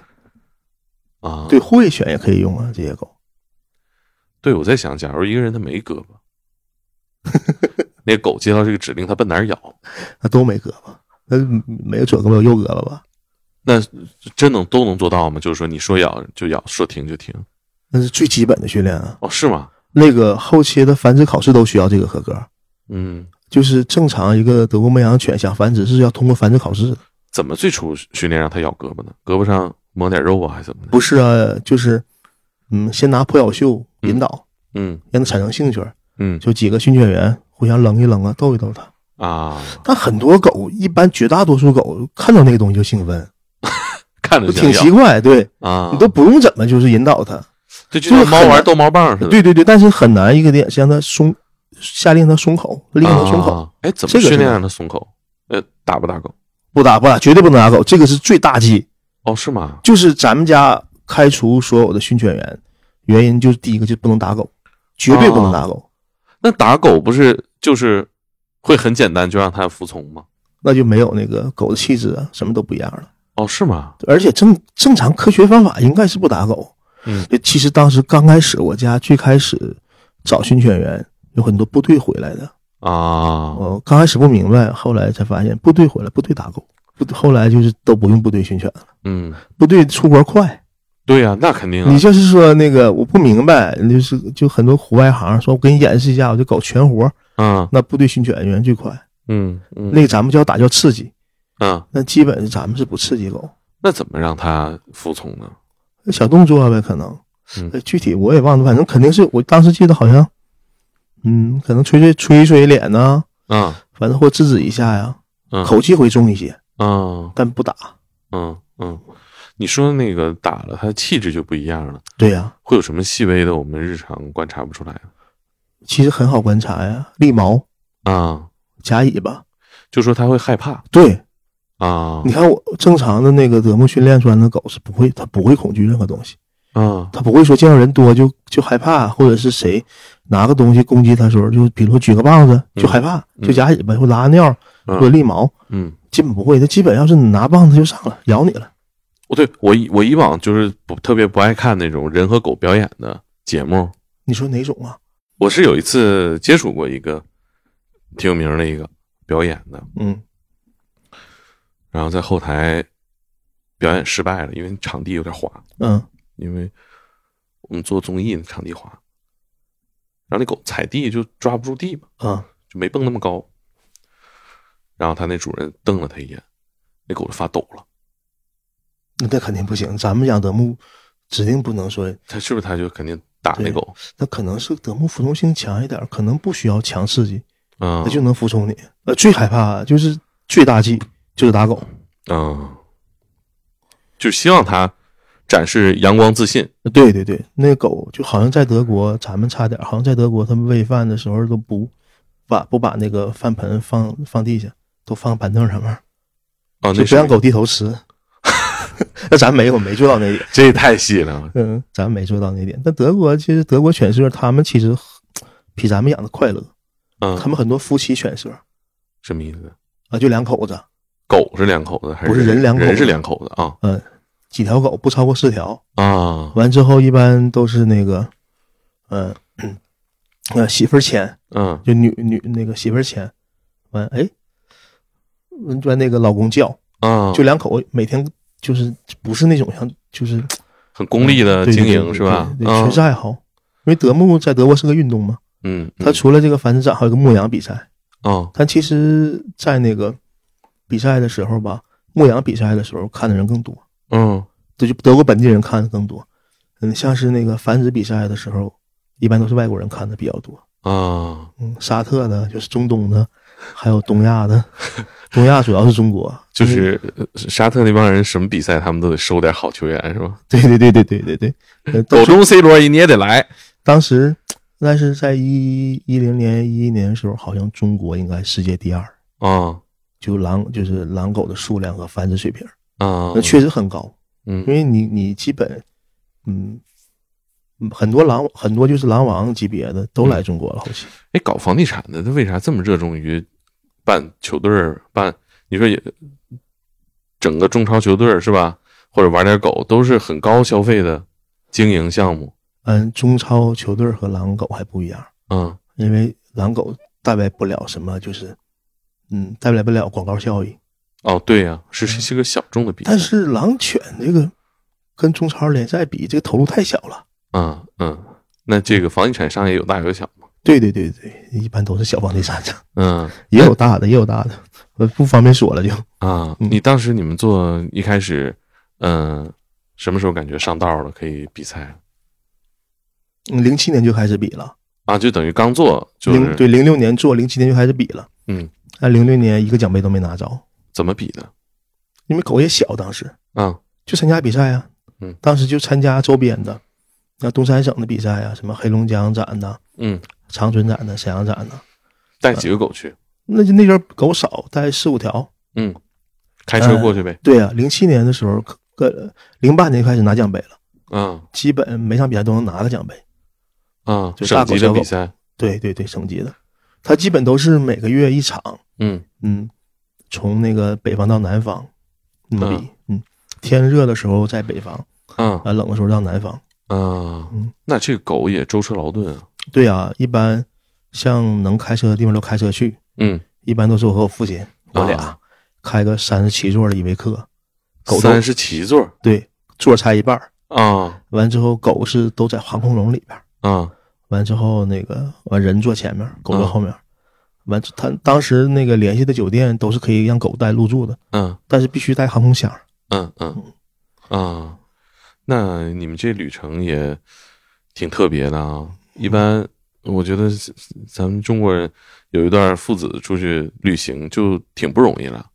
Speaker 1: 啊，
Speaker 2: 对，护卫犬也可以用啊，这些狗。
Speaker 1: 对，我在想，假如一个人他没胳膊， 那狗接到这个指令，它奔哪儿咬？
Speaker 2: 那都没胳膊，那没有左胳膊有右胳膊吧？
Speaker 1: 那真能都能做到吗？就是说，你说咬就咬，说停就停。
Speaker 2: 那是最基本的训练啊。
Speaker 1: 哦，是吗？
Speaker 2: 那个后期的繁殖考试都需要这个合格，
Speaker 1: 嗯，
Speaker 2: 就是正常一个德国牧羊犬想繁殖是要通过繁殖考试的，
Speaker 1: 怎么最初训练让它咬胳膊呢？胳膊上抹点肉啊，还是怎么的？
Speaker 2: 不是啊，就是嗯，先拿扑咬袖引导，
Speaker 1: 嗯
Speaker 2: 让它产生兴趣儿，
Speaker 1: 嗯
Speaker 2: 就几个训犬员互相扔一扔啊，逗一逗它。
Speaker 1: 啊，
Speaker 2: 但很多狗，一般绝大多数狗看到那个东西就兴奋，
Speaker 1: 看着
Speaker 2: 就
Speaker 1: 就
Speaker 2: 挺
Speaker 1: 想
Speaker 2: 奇
Speaker 1: 咬
Speaker 2: 怪，对
Speaker 1: 啊，
Speaker 2: 你都不用怎么就是引导它，
Speaker 1: 这就
Speaker 2: 就是
Speaker 1: 像猫
Speaker 2: 很
Speaker 1: 玩
Speaker 2: 难
Speaker 1: 逗猫棒似的。
Speaker 2: 对对对，但是很难一个点是让它松，下令它松口，令它松口。
Speaker 1: 啊。哎，怎么
Speaker 2: 这个是
Speaker 1: 训练
Speaker 2: 吧
Speaker 1: 让它松口？呃，打不打狗？
Speaker 2: 不打不打，绝对不能打狗，这个是最大忌。
Speaker 1: 哦，是吗？
Speaker 2: 就是咱们家开除所有的训犬员，原因就是第一个就不能打狗，绝对不能打狗，
Speaker 1: 那打狗不是就是会很简单就让它服从吗？
Speaker 2: 那就没有那个狗的气质啊，什么都不一样了。
Speaker 1: 哦，是吗？
Speaker 2: 而且正正常科学方法应该是不打狗。
Speaker 1: 嗯，
Speaker 2: 其实当时刚开始我家最开始找训犬员，有很多部队回来的，
Speaker 1: 啊，
Speaker 2: 我刚开始不明白，后来才发现部队回来，部队打狗，部后来就是都不用部队训犬了，
Speaker 1: 嗯，
Speaker 2: 部队出国快。
Speaker 1: 对呀、那肯定啊
Speaker 2: 你。就是说那个我不明白，就是就很多户外行说，我给你演示一下，我就搞全活，
Speaker 1: 嗯
Speaker 2: 那部队训犬员最快。
Speaker 1: 嗯嗯，
Speaker 2: 那个咱们叫打叫刺激，
Speaker 1: 嗯，
Speaker 2: 那基本咱们是不刺激狗，
Speaker 1: 那怎么让它服从呢？
Speaker 2: 小动作呗，可能
Speaker 1: 嗯。
Speaker 2: 呃具体我也忘了，反正肯定是我当时记得好像，嗯，可能吹吹吹一吹脸呐，
Speaker 1: 嗯
Speaker 2: 反正或制止一下呀，
Speaker 1: 嗯
Speaker 2: 口气会重一些，
Speaker 1: 嗯
Speaker 2: 但不打。
Speaker 1: 嗯嗯，你说那个打了，它气质就不一样了，
Speaker 2: 对呀，
Speaker 1: 会有什么细微的我们日常观察不出来的
Speaker 2: 其实很好观察呀，立毛、
Speaker 1: 啊？
Speaker 2: 夹尾巴，
Speaker 1: 就说它会害怕
Speaker 2: 对，
Speaker 1: 啊
Speaker 2: 你看我正常的那个德牧训练出来的狗是不会，它不会恐惧任何东西。
Speaker 1: 啊
Speaker 2: 它不会说见到人多就就害怕，或者是谁拿个东西攻击它的时候，就比如说举个棒子就害怕，
Speaker 1: 嗯
Speaker 2: 就夹尾巴或拉尿或者
Speaker 1: 嗯
Speaker 2: 立毛，
Speaker 1: 嗯。
Speaker 2: 基本不会。它基本要是你拿棒子就上了，咬你了。
Speaker 1: 我哦对我以我以往就是不特别不爱看那种人和狗表演的节目。
Speaker 2: 你说哪种啊？
Speaker 1: 我是有一次接触过一个挺有名的一个表演的，
Speaker 2: 嗯
Speaker 1: 然后在后台表演失败了，因为场地有点滑，
Speaker 2: 嗯
Speaker 1: 因为我们做综艺场地滑，然后那狗踩地就抓不住地嘛，
Speaker 2: 啊
Speaker 1: 就没蹦那么高。然后他那主人瞪了他一眼，那狗就发抖了。
Speaker 2: 那那肯定不行。咱们养德牧，指定不能说，
Speaker 1: 他是不是他就肯定打那
Speaker 2: 对
Speaker 1: 狗？
Speaker 2: 那可能是德牧服从性强一点，可能不需要强刺激，
Speaker 1: 嗯
Speaker 2: 它就能服从你。呃，最害怕就是最大忌就是打狗。
Speaker 1: 嗯，就希望他展示阳光自信。
Speaker 2: 对对对，那狗就好像在德国，咱们差点，好像在德国他们喂饭的时候都不把不把那个饭盆放放地下，都放板凳上面，
Speaker 1: 哦，
Speaker 2: 就
Speaker 1: 那
Speaker 2: 不让狗低头吃。 那咱没有没做到那一点，
Speaker 1: 这也太细了。
Speaker 2: 嗯，咱没做到那一点。但德国其实德国犬舍他们其实比咱们养的快乐，
Speaker 1: 嗯，
Speaker 2: 他们很多夫妻犬舍
Speaker 1: 什么意思？
Speaker 2: 啊，就两口子，
Speaker 1: 狗是两口子还是
Speaker 2: 不是人两口子
Speaker 1: 人是两口子啊
Speaker 2: 几条狗不超过四条，
Speaker 1: 啊
Speaker 2: 完之后一般都是那个，嗯、 呃，媳妇儿牵，
Speaker 1: 嗯
Speaker 2: 就女女那个媳妇儿签，完哎，完完那个老公叫，
Speaker 1: 啊，
Speaker 2: 就两口每天就是不是那种像就是
Speaker 1: 很功利的呃
Speaker 2: 嗯对
Speaker 1: 经
Speaker 2: 对
Speaker 1: 营
Speaker 2: 对
Speaker 1: 是吧？
Speaker 2: 对，对
Speaker 1: 啊
Speaker 2: 全是爱好。因为德牧在德国是个运动嘛，
Speaker 1: 嗯，
Speaker 2: 它除了这个繁殖展，还有个牧羊比赛。
Speaker 1: 啊
Speaker 2: 但其实，在那个比赛的时候吧，牧羊比赛的时候看的人更多，
Speaker 1: 嗯
Speaker 2: 这就德国本地人看的更多。嗯，像是那个繁殖比赛的时候，一般都是外国人看的比较多。
Speaker 1: 啊，
Speaker 2: 嗯，沙特的，就是中东的，还有东亚的， 东亚主要是中国，嗯
Speaker 1: 就是呃沙特那帮人什么比赛他们都得收点好球员是吧？
Speaker 2: 对对对对对对对，呃
Speaker 1: 嗯
Speaker 2: 都
Speaker 1: 狗
Speaker 2: 是
Speaker 1: 中 C 罗你也得来，
Speaker 2: 当时，但是在一一零年、一一年的时候，好像中国应该世界第二，
Speaker 1: 啊
Speaker 2: 就狼就是狼狗的数量和繁殖水平，
Speaker 1: 啊
Speaker 2: 那，确实很高。
Speaker 1: 嗯
Speaker 2: 因为你你基本，嗯，嗯很多狼很多就是狼王级别的都来中国了，后期
Speaker 1: 哎，搞房地产的他为啥这么热衷于办球队儿办？你说也整个中超球队儿是吧？或者玩点狗都是很高消费的经营项目，
Speaker 2: 嗯，中超球队和狼狗还不一样，
Speaker 1: 嗯
Speaker 2: 因为狼狗带来不了什么，就是嗯，带来不了广告效益。
Speaker 1: 哦，对呀、是是是个小众的比赛，
Speaker 2: 但是狼犬这个跟中超联赛比，这个投入太小了。
Speaker 1: 嗯嗯，那这个房地产商也有大有小嘛，
Speaker 2: 对对对对，一般都是小房地产商，
Speaker 1: 嗯
Speaker 2: 也有大的，也有大的，我不方便说了就。嗯
Speaker 1: 啊，你当时你们做一开始，嗯、什么时候感觉上道了可以比赛了
Speaker 2: 嗯零七年就开始比了，
Speaker 1: 啊？就等于刚做就
Speaker 2: 零
Speaker 1: 是
Speaker 2: 对零六年做，零七年就开始比了。
Speaker 1: 嗯，
Speaker 2: 但零六年一个奖杯都没拿着，
Speaker 1: 怎么比的？
Speaker 2: 因为狗也小，当时
Speaker 1: 啊
Speaker 2: 就参加比赛啊。
Speaker 1: 嗯，
Speaker 2: 当时就参加周边的，像东三省的比赛啊，什么黑龙江展呐、
Speaker 1: 嗯，
Speaker 2: 长春展呐、沈阳展呐、
Speaker 1: 带几个狗去，
Speaker 2: 那就那边狗少，带四五条。
Speaker 1: 开车过去呗，
Speaker 2: 对啊，零七年的时候，个零八年就开始拿奖杯了，
Speaker 1: 嗯。
Speaker 2: 基本每场比赛都能拿个奖杯。
Speaker 1: 啊，
Speaker 2: 呃就
Speaker 1: 省
Speaker 2: 大狗
Speaker 1: 级的
Speaker 2: 小
Speaker 1: 比
Speaker 2: 狗
Speaker 1: 赛，
Speaker 2: 对对对，省级的，它基本都是每个月一场，
Speaker 1: 嗯
Speaker 2: 嗯，从那个北方到南方，那么比
Speaker 1: 嗯，
Speaker 2: 嗯，天热的时候在北方，
Speaker 1: 啊
Speaker 2: 啊，冷的时候到南方。
Speaker 1: 啊
Speaker 2: 嗯，
Speaker 1: 那这个狗也舟车劳顿啊，
Speaker 2: 对啊，一般像能开车的地方都开车去，
Speaker 1: 嗯，
Speaker 2: 一般都是我和我父亲，我俩
Speaker 1: 啊
Speaker 2: 开个三十七座的依维柯，狗都
Speaker 1: 三十七座儿
Speaker 2: 对，座拆一半儿，
Speaker 1: 啊
Speaker 2: 完之后狗是都在航空笼里边儿，
Speaker 1: 啊
Speaker 2: 完之后那个完人坐前面，狗坐
Speaker 1: 嗯
Speaker 2: 后面。完，他当时那个联系的酒店都是可以让狗带入住的，
Speaker 1: 嗯
Speaker 2: 但是必须带航空箱。
Speaker 1: 嗯嗯啊，那你们这旅程也挺特别的啊。一般我觉得是咱们中国人有一段父子出去旅行就挺不容易了，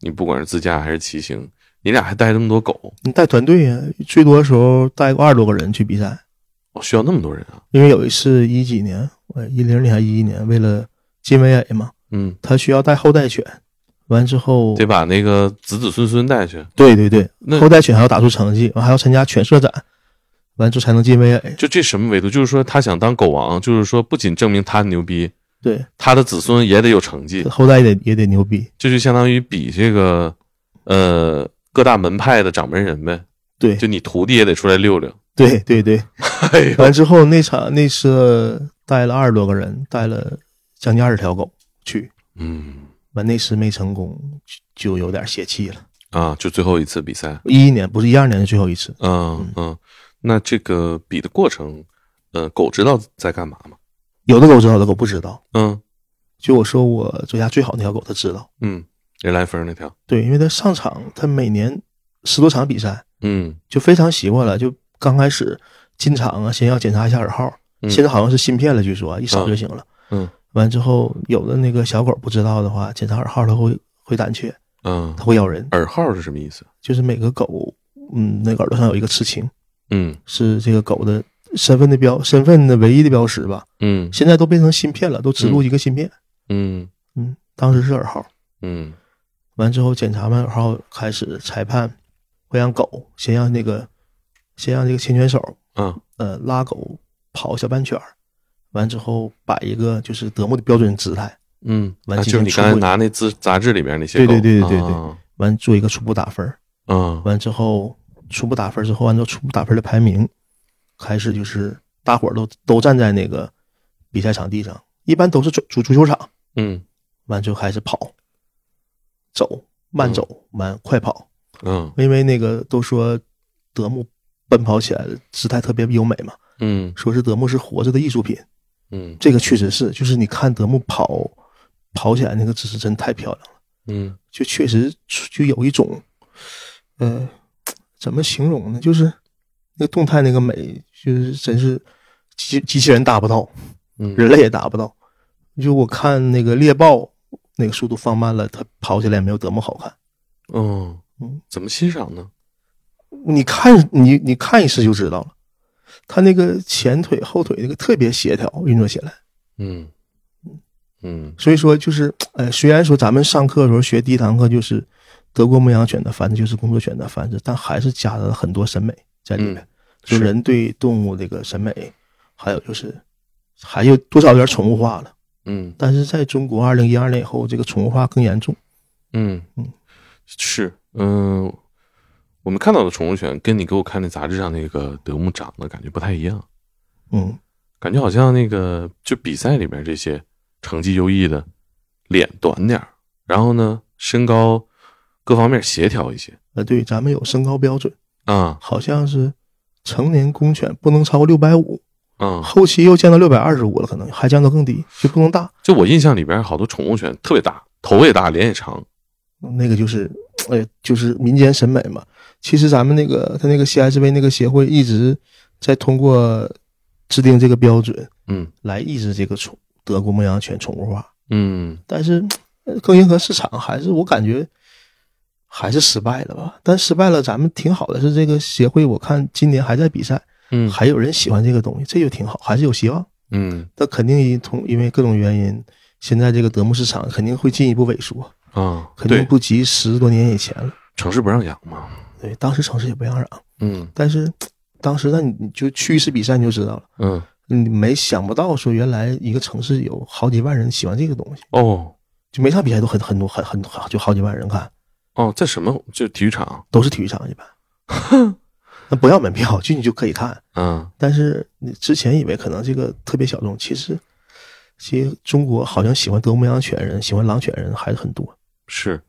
Speaker 1: 你不管是自驾还是骑行，你俩还带这么多狗，
Speaker 2: 你带团队呀，最多的时候带过二十多个人去比赛。
Speaker 1: 哦，需要那么多人啊，
Speaker 2: 因为有一次一几年，我一零年还一一年，为了进维 A 嘛，
Speaker 1: 嗯，
Speaker 2: 他需要带后代犬，完之后，
Speaker 1: 得把那个子子孙孙带去，
Speaker 2: 对对对，
Speaker 1: 那
Speaker 2: 后代犬还要打出成绩，完还要参加犬舍展，完之后才哎能进维 A。
Speaker 1: 就这什么维度？就是说他想当狗王，就是说不仅证明他牛逼，
Speaker 2: 对，
Speaker 1: 他的子孙也得有成绩，
Speaker 2: 后代也得也得牛逼。
Speaker 1: 这就相当于比这个呃各大门派的掌门人呗。
Speaker 2: 对
Speaker 1: 就你徒弟也得出来溜溜。
Speaker 2: 对对对，
Speaker 1: 哎呦，
Speaker 2: 完之后那场那次带了二十多个人，带了将近二十条狗去，
Speaker 1: 嗯
Speaker 2: 完那次没成功，就就有点泄气了。
Speaker 1: 啊，就最后一次比赛，
Speaker 2: 一一年不是一二年的最后一次，
Speaker 1: 嗯嗯，那这个比的过程，呃，狗知道在干嘛吗？
Speaker 2: 有的狗知道，有的狗不知道。
Speaker 1: 嗯
Speaker 2: 就我说我最下最好那条狗，它知道。
Speaker 1: 嗯，人来疯那条，
Speaker 2: 对，因为它上场，它每年十多场比赛，
Speaker 1: 嗯
Speaker 2: 就非常习惯了。就刚开始进场啊，先要检查一下耳号，
Speaker 1: 嗯
Speaker 2: 现在好像是芯片了，据说一扫就行了。
Speaker 1: 嗯
Speaker 2: 完之后，有的那个小狗不知道的话，检查耳号它会会胆怯，
Speaker 1: 嗯
Speaker 2: 它，会咬人。
Speaker 1: 耳号是什么意思？
Speaker 2: 就是每个狗，嗯，那个耳朵上有一个刺青，
Speaker 1: 嗯
Speaker 2: 是这个狗的身份的标，身份的唯一的标识吧。
Speaker 1: 嗯
Speaker 2: 现在都变成芯片了，都植入一个芯片。
Speaker 1: 嗯
Speaker 2: 嗯，当时是耳号。
Speaker 1: 嗯
Speaker 2: 完之后检查完，然后开始裁判会让狗先让那个先让这个牵犬手，
Speaker 1: 嗯，
Speaker 2: 呃，拉狗跑小半圈儿，完之后摆一个就是德牧的标准姿态，
Speaker 1: 嗯，
Speaker 2: 完
Speaker 1: 啊
Speaker 2: 进
Speaker 1: 就是
Speaker 2: 行
Speaker 1: 你
Speaker 2: 初
Speaker 1: 刚才
Speaker 2: 步
Speaker 1: 拿那资杂志里边那些
Speaker 2: 对
Speaker 1: 狗，
Speaker 2: 对对对对对
Speaker 1: 啊
Speaker 2: 完做一个初步打分儿，
Speaker 1: 嗯
Speaker 2: 完之后初步打分儿之后，按照初步打分儿的排名，开始就是大伙儿都都站在那个比赛场地上，一般都是足足足球场，
Speaker 1: 嗯
Speaker 2: 完之后开始跑，走慢走，完快跑，
Speaker 1: 嗯
Speaker 2: 因为那个都说德牧奔跑起来的姿态特别优美嘛，
Speaker 1: 嗯
Speaker 2: 说是德牧是活着的艺术品，
Speaker 1: 嗯
Speaker 2: 这个确实是，就是你看德牧跑跑起来那个姿势真太漂亮了，
Speaker 1: 嗯
Speaker 2: 就确实就有一种，呃，怎么形容呢？就是那个动态那个美，就是真是机机器人达不到，
Speaker 1: 嗯
Speaker 2: 人类也达不到。就我看那个猎豹，那个速度放慢了，它跑起来也没有德牧好看。
Speaker 1: 嗯
Speaker 2: 嗯，
Speaker 1: 怎么欣赏呢？
Speaker 2: 你看你你看一次就知道了，它那个前腿后腿那个特别协调运作起来。
Speaker 1: 嗯嗯
Speaker 2: 所以说就是，呃，虽然说咱们上课的时候学第一堂课就是德国牧羊犬的繁殖，就是工作犬的繁殖，但还是加了很多审美在里面，
Speaker 1: 嗯
Speaker 2: 就是人对动物这个审美，还有就是还有多少有点宠物化了。
Speaker 1: 嗯
Speaker 2: 但是在中国二零一二年以后，这个宠物化更严重。
Speaker 1: 嗯
Speaker 2: 嗯，
Speaker 1: 是嗯、我们看到的宠物犬跟你给我看那杂志上那个德牧长得感觉不太一样，
Speaker 2: 嗯，
Speaker 1: 感觉好像那个就比赛里面这些成绩优异的，脸短点儿，然后呢身高各方面协调一些
Speaker 2: 呃，对，咱们有身高标准，
Speaker 1: 啊
Speaker 2: 好像是成年公犬不能超过六百五，
Speaker 1: 啊、
Speaker 2: 后期又降到六百二十五了，可能还降到更低，就不能大。
Speaker 1: 就我印象里边好多宠物犬特别大，头也大，脸也长，
Speaker 2: 那个就是，哎，就是民间审美嘛。其实咱们那个他那个 CSV 那个协会一直在通过制定这个标准
Speaker 1: 嗯
Speaker 2: 来抑制这个宠德国牧羊犬宠物化，
Speaker 1: 嗯
Speaker 2: 但是呃更迎合市场，还是我感觉还是失败了吧。但失败了，咱们挺好的是这个协会，我看今年还在比赛，
Speaker 1: 嗯
Speaker 2: 还有人喜欢这个东西，这就挺好，还是有希望。
Speaker 1: 嗯
Speaker 2: 但肯定因同因为各种原因，现在这个德牧市场肯定会进一步萎缩，
Speaker 1: 啊，
Speaker 2: 肯定
Speaker 1: 对，
Speaker 2: 不及十多年以前了。
Speaker 1: 城市不让养嘛，
Speaker 2: 对，当时城市也不让嚷，
Speaker 1: 嗯
Speaker 2: 但是当时那你你就去一次比赛你就知道了，
Speaker 1: 嗯
Speaker 2: 你没想不到说原来一个城市有好几万人喜欢这个东西，
Speaker 1: 哦
Speaker 2: 就每场比赛都很很多很很很就好几万人看，
Speaker 1: 哦，在什么就体育场，
Speaker 2: 都是体育场 一般。那不要门票进去就可以看，
Speaker 1: 嗯
Speaker 2: 但是你之前以为可能这个特别小众，其实其实中国好像喜欢德牧羊犬人、喜欢狼犬人还是很 多。
Speaker 1: 是。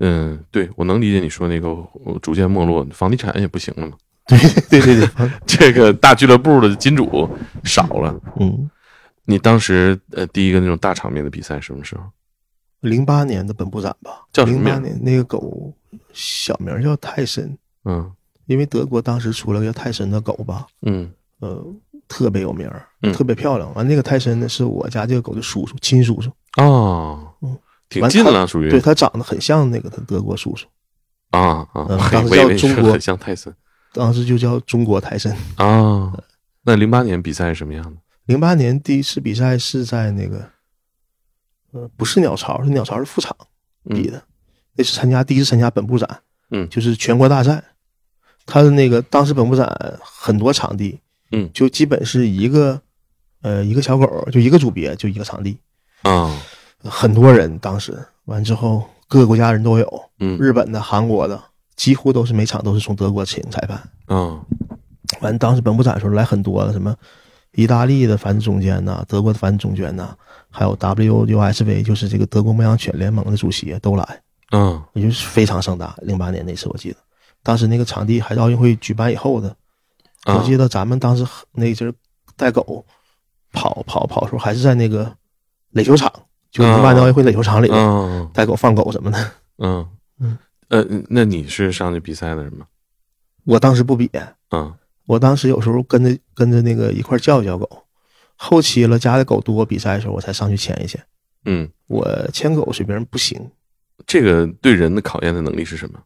Speaker 1: 嗯，对，我能理解你说那个呃逐渐没落，房地产也不行了嘛。
Speaker 2: 对对对对，
Speaker 1: 这个大俱乐部的金主少了。
Speaker 2: 嗯，
Speaker 1: 你当时呃第一个那种大场面的比赛什么时候？
Speaker 2: 零八年的本部展吧，
Speaker 1: 叫什么
Speaker 2: 零
Speaker 1: 名
Speaker 2: 八年那个狗小名叫泰森，
Speaker 1: 嗯
Speaker 2: 因为德国当时出了个叫泰森的狗吧，
Speaker 1: 嗯
Speaker 2: 呃，特别有名儿
Speaker 1: 嗯，
Speaker 2: 特别漂亮。完、那个泰森呢，是我家这个狗的叔叔，亲叔叔，
Speaker 1: 哦
Speaker 2: 嗯，
Speaker 1: 挺
Speaker 2: 完
Speaker 1: 近
Speaker 2: 它
Speaker 1: 了，属于
Speaker 2: 对，它长得很像那个他德国叔叔，
Speaker 1: 啊啊，
Speaker 2: 嗯
Speaker 1: 嘿
Speaker 2: 当时
Speaker 1: 我以
Speaker 2: 叫
Speaker 1: 为
Speaker 2: 中
Speaker 1: 是
Speaker 2: 国
Speaker 1: 很像泰森
Speaker 2: 当时就叫中国泰森。
Speaker 1: 啊。那零八年比赛是什么样的？
Speaker 2: 零八年第一次比赛是在那个，呃，不是鸟巢，是鸟巢是副厂比的，那是参加第一次参加本部展，
Speaker 1: 嗯
Speaker 2: 就是全国大赛。他的那个当时本部展很多场地，
Speaker 1: 嗯
Speaker 2: 就基本是一个，呃，一个小狗就一个组别就一个场地，
Speaker 1: 啊，
Speaker 2: 很多人当时完之后，各个国家人都有，
Speaker 1: 嗯
Speaker 2: 日本的、韩国的，几乎都是每场都是从德国请裁判。
Speaker 1: 啊
Speaker 2: 完，当时本部展的时候来很多了，什么意大利的繁殖总监呐、德国的繁殖总监呐、还有 WUSV，就是这个德国牧羊犬联盟的主席都来，
Speaker 1: 啊
Speaker 2: 也就是非常盛大。零八年那次我记得，当时那个场地还是奥运会举办以后的。
Speaker 1: 啊
Speaker 2: 我记得咱们当时那阵儿带狗跑跑跑的时候，还是在那个垒球场，就零八年奥运会垒球场里面。
Speaker 1: 啊
Speaker 2: 带狗放狗什么的。
Speaker 1: 嗯
Speaker 2: 嗯
Speaker 1: 呃，那你是上去比赛的人吗？
Speaker 2: 我当时不比，
Speaker 1: 啊
Speaker 2: 我当时有时候跟着跟着那个一块儿叫一叫狗。后期了，家里狗多，比赛的时候我才上去牵一牵。
Speaker 1: 嗯，
Speaker 2: 我牵狗水平不行，
Speaker 1: 这个对人的考验的能力是什么？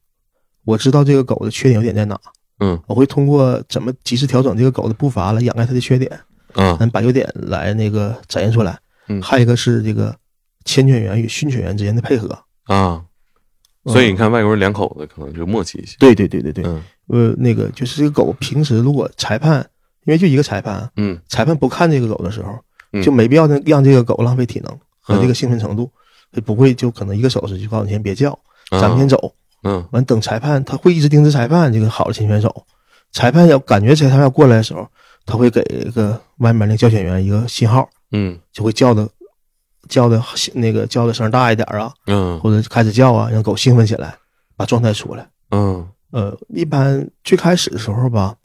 Speaker 2: 我知道这个狗的缺点有点在哪，
Speaker 1: 嗯
Speaker 2: 我会通过怎么及时调整这个狗的步伐来掩盖它的缺点，
Speaker 1: 啊
Speaker 2: 咱把优点来那个展现出来。
Speaker 1: 嗯
Speaker 2: 还有一个是这个牵犬员与训犬员之间的配合。
Speaker 1: 啊，所以
Speaker 2: 嗯
Speaker 1: 你，看外国人两口子可能就默契一些。
Speaker 2: 对对对对对，
Speaker 1: 嗯
Speaker 2: 呃，那个就是这个狗平时如果裁判，因为就一个裁判啊，
Speaker 1: 嗯
Speaker 2: 裁判不看这个狗的时候，
Speaker 1: 嗯
Speaker 2: 就没必要让让这个狗浪费体能和这
Speaker 1: 嗯
Speaker 2: 个兴奋程度，就不会就可能一个手势就告诉你先别叫，
Speaker 1: 啊
Speaker 2: 咱们先走。
Speaker 1: 嗯
Speaker 2: 完等裁判他会一直盯着裁判这个好的前选手，裁判要感觉裁判要过来的时候，他会给一个外面那个叫选员一个信号，
Speaker 1: 嗯
Speaker 2: 就会叫的叫的那个叫的声大一点啊，
Speaker 1: 嗯
Speaker 2: 或者开始叫啊，让狗兴奋起来，把状态出来。
Speaker 1: 嗯
Speaker 2: 呃，一般最开始的时候吧，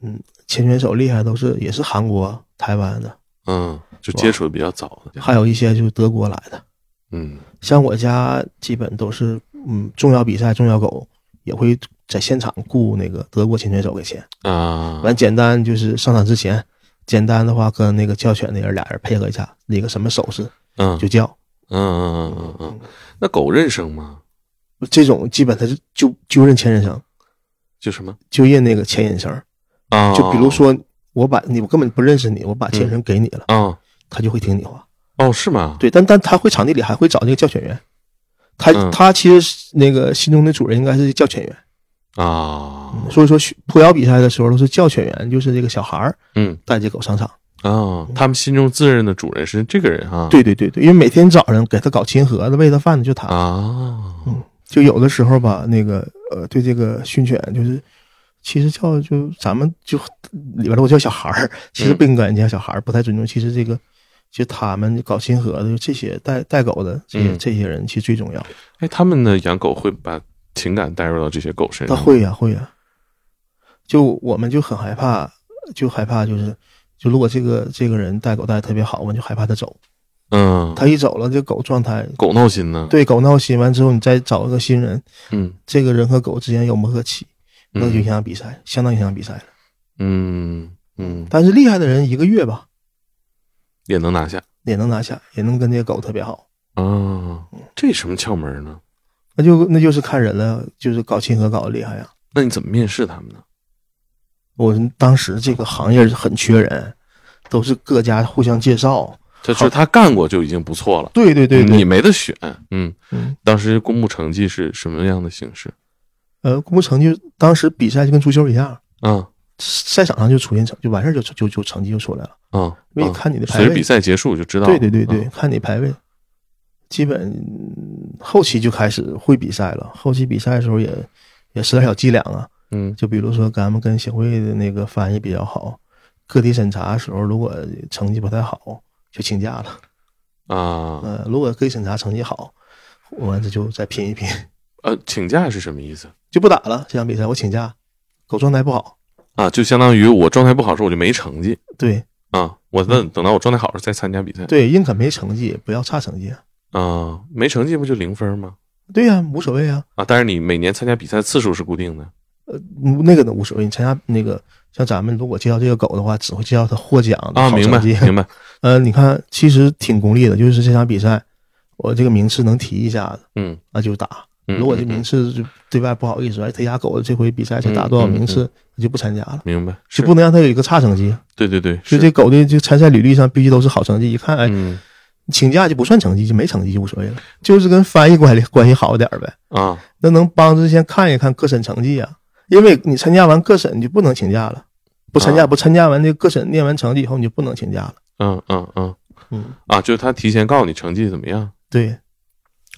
Speaker 2: 嗯，前选手厉害都是也是韩国、台湾的，
Speaker 1: 嗯，就接触的比较早的。
Speaker 2: 还有一些就是德国来的。
Speaker 1: 嗯
Speaker 2: 像我家基本都是，嗯，重要比赛、重要狗也会在现场雇那个德国潜水手给钱。
Speaker 1: 啊，
Speaker 2: 完，简单就是上场之前，简单的话跟那个叫犬那人俩人配合一下，那个什么手势
Speaker 1: 嗯
Speaker 2: 就叫。
Speaker 1: 嗯嗯嗯嗯嗯，那狗认生吗？
Speaker 2: 这种基本它是就就认前人声，
Speaker 1: 就什么
Speaker 2: 就认那个前人声。
Speaker 1: 啊？
Speaker 2: 就比如说我把你，我根本不认识你，我把前人声给你了，
Speaker 1: 啊，
Speaker 2: 他就会听你话。
Speaker 1: 哦，是吗？
Speaker 2: 对，但但他会场地里还会找那个叫犬员，他、
Speaker 1: 嗯
Speaker 2: 他其实是那个心中的主人应该是叫犬员。
Speaker 1: 啊，
Speaker 2: 所以说学扑咬比赛的时候都是叫犬员，就是这个小孩儿
Speaker 1: 嗯
Speaker 2: 带着狗上场。
Speaker 1: 啊，他们心中自认的主人是这个人啊，
Speaker 2: 对对对对，因为每天早上给他搞亲盒子、喂他饭的就他。
Speaker 1: 啊，
Speaker 2: 就有的时候吧，那个呃，对这个训犬就是，其实叫就咱们就里边儿都叫小孩儿，其
Speaker 1: 嗯
Speaker 2: 实不应该人家小孩儿不太尊重。其实这个，其实他们搞亲和的，就这些带带狗的这些、
Speaker 1: 嗯
Speaker 2: 这些人，其实最重要。
Speaker 1: 哎，他们呢养狗会把情感带入到这些狗身
Speaker 2: 他
Speaker 1: 上，
Speaker 2: 会呀、会呀、就我们就很害怕，就害怕就是，就如果这个这个人带狗带的特别好，我们就害怕他走。
Speaker 1: 嗯，
Speaker 2: 他一走了，这狗状态
Speaker 1: 狗闹心呢，
Speaker 2: 对狗闹心，完之后你再找一个新人，
Speaker 1: 嗯
Speaker 2: 这个人和狗之间有磨合期，那就影
Speaker 1: 嗯
Speaker 2: 响比赛，相当影响比赛了。
Speaker 1: 嗯嗯，
Speaker 2: 但是厉害的人一个月吧
Speaker 1: 也能拿下
Speaker 2: 也能拿下，也能跟这个狗特别好。
Speaker 1: 啊，这什么窍门呢？
Speaker 2: 那就那就是看人了，就是搞亲和搞的厉害呀、
Speaker 1: 那你怎么面试他们呢？
Speaker 2: 我当时这个行业很缺人，都是各家互相介绍。
Speaker 1: 他就是他干过就已经不错了，
Speaker 2: 对对对
Speaker 1: 你
Speaker 2: 对，
Speaker 1: 没得选。嗯，
Speaker 2: 嗯
Speaker 1: 当时公布成绩是什么样的形式？
Speaker 2: 呃，公布成绩，当时比赛就跟足球一样，
Speaker 1: 啊
Speaker 2: 赛场上就出现成就完事儿就就就成绩就出来了，
Speaker 1: 啊，
Speaker 2: 因为
Speaker 1: 啊
Speaker 2: 看你的排
Speaker 1: 随着比
Speaker 2: 位。
Speaker 1: 赛结束就知道了。
Speaker 2: 对对对对，
Speaker 1: 啊，
Speaker 2: 看你排位，基本嗯后期就开始会比赛了。后期比赛的时候也也使点小伎俩啊，
Speaker 1: 嗯
Speaker 2: 就比如说咱们跟协会的那个翻译比较好，个体审查时候如果成绩不太好就请假了，
Speaker 1: 啊
Speaker 2: 呃，如果个体审查成绩好，我们这就再拼一拼，
Speaker 1: 呃，请假是什么意思
Speaker 2: 就不打了这场比赛，我请假，狗状态不好，
Speaker 1: 啊？就相当于我状态不好的时候我就没成绩
Speaker 2: 对
Speaker 1: 啊，我等等到我状态好的时候再参加比赛
Speaker 2: 对，宁可没成绩不要差成绩，
Speaker 1: 啊，没成绩不就零分吗？
Speaker 2: 对呀、无所谓啊，
Speaker 1: 啊，但是你每年参加比赛次数是固定的
Speaker 2: 嗯那个呢无所谓，你参加那个。像咱们如果介绍这个狗的话，只会介绍它获奖的
Speaker 1: 啊，
Speaker 2: 好
Speaker 1: 明白
Speaker 2: 成绩。
Speaker 1: 明白
Speaker 2: 呃，你看，其实挺功利的，就是这场比赛，我这个名次能提一下子，
Speaker 1: 嗯，
Speaker 2: 那就打。
Speaker 1: 嗯
Speaker 2: 如果这
Speaker 1: 嗯
Speaker 2: 名
Speaker 1: 嗯
Speaker 2: 次就对外不好意思，哎，他家狗这回比赛才打多少名
Speaker 1: 嗯
Speaker 2: 次，他就不参加了，
Speaker 1: 明白
Speaker 2: 就是不能让他有一个差成绩。
Speaker 1: 对对对
Speaker 2: 所
Speaker 1: 是
Speaker 2: 以这狗的这参赛履历上必须都是好成绩。一看，哎，
Speaker 1: 嗯
Speaker 2: 请假就不算成绩，就没成绩就无所谓了，就是跟翻译关系关系好点儿呗。
Speaker 1: 啊
Speaker 2: 那能帮着先看一看各审成绩啊，因为你参加完各审你就不能请假了，不参加
Speaker 1: 啊
Speaker 2: 不参加完这个各审念完成绩以后你就不能请假了。
Speaker 1: 嗯嗯嗯
Speaker 2: 嗯，
Speaker 1: 啊，就是他提前告诉你成绩怎么样，
Speaker 2: 对，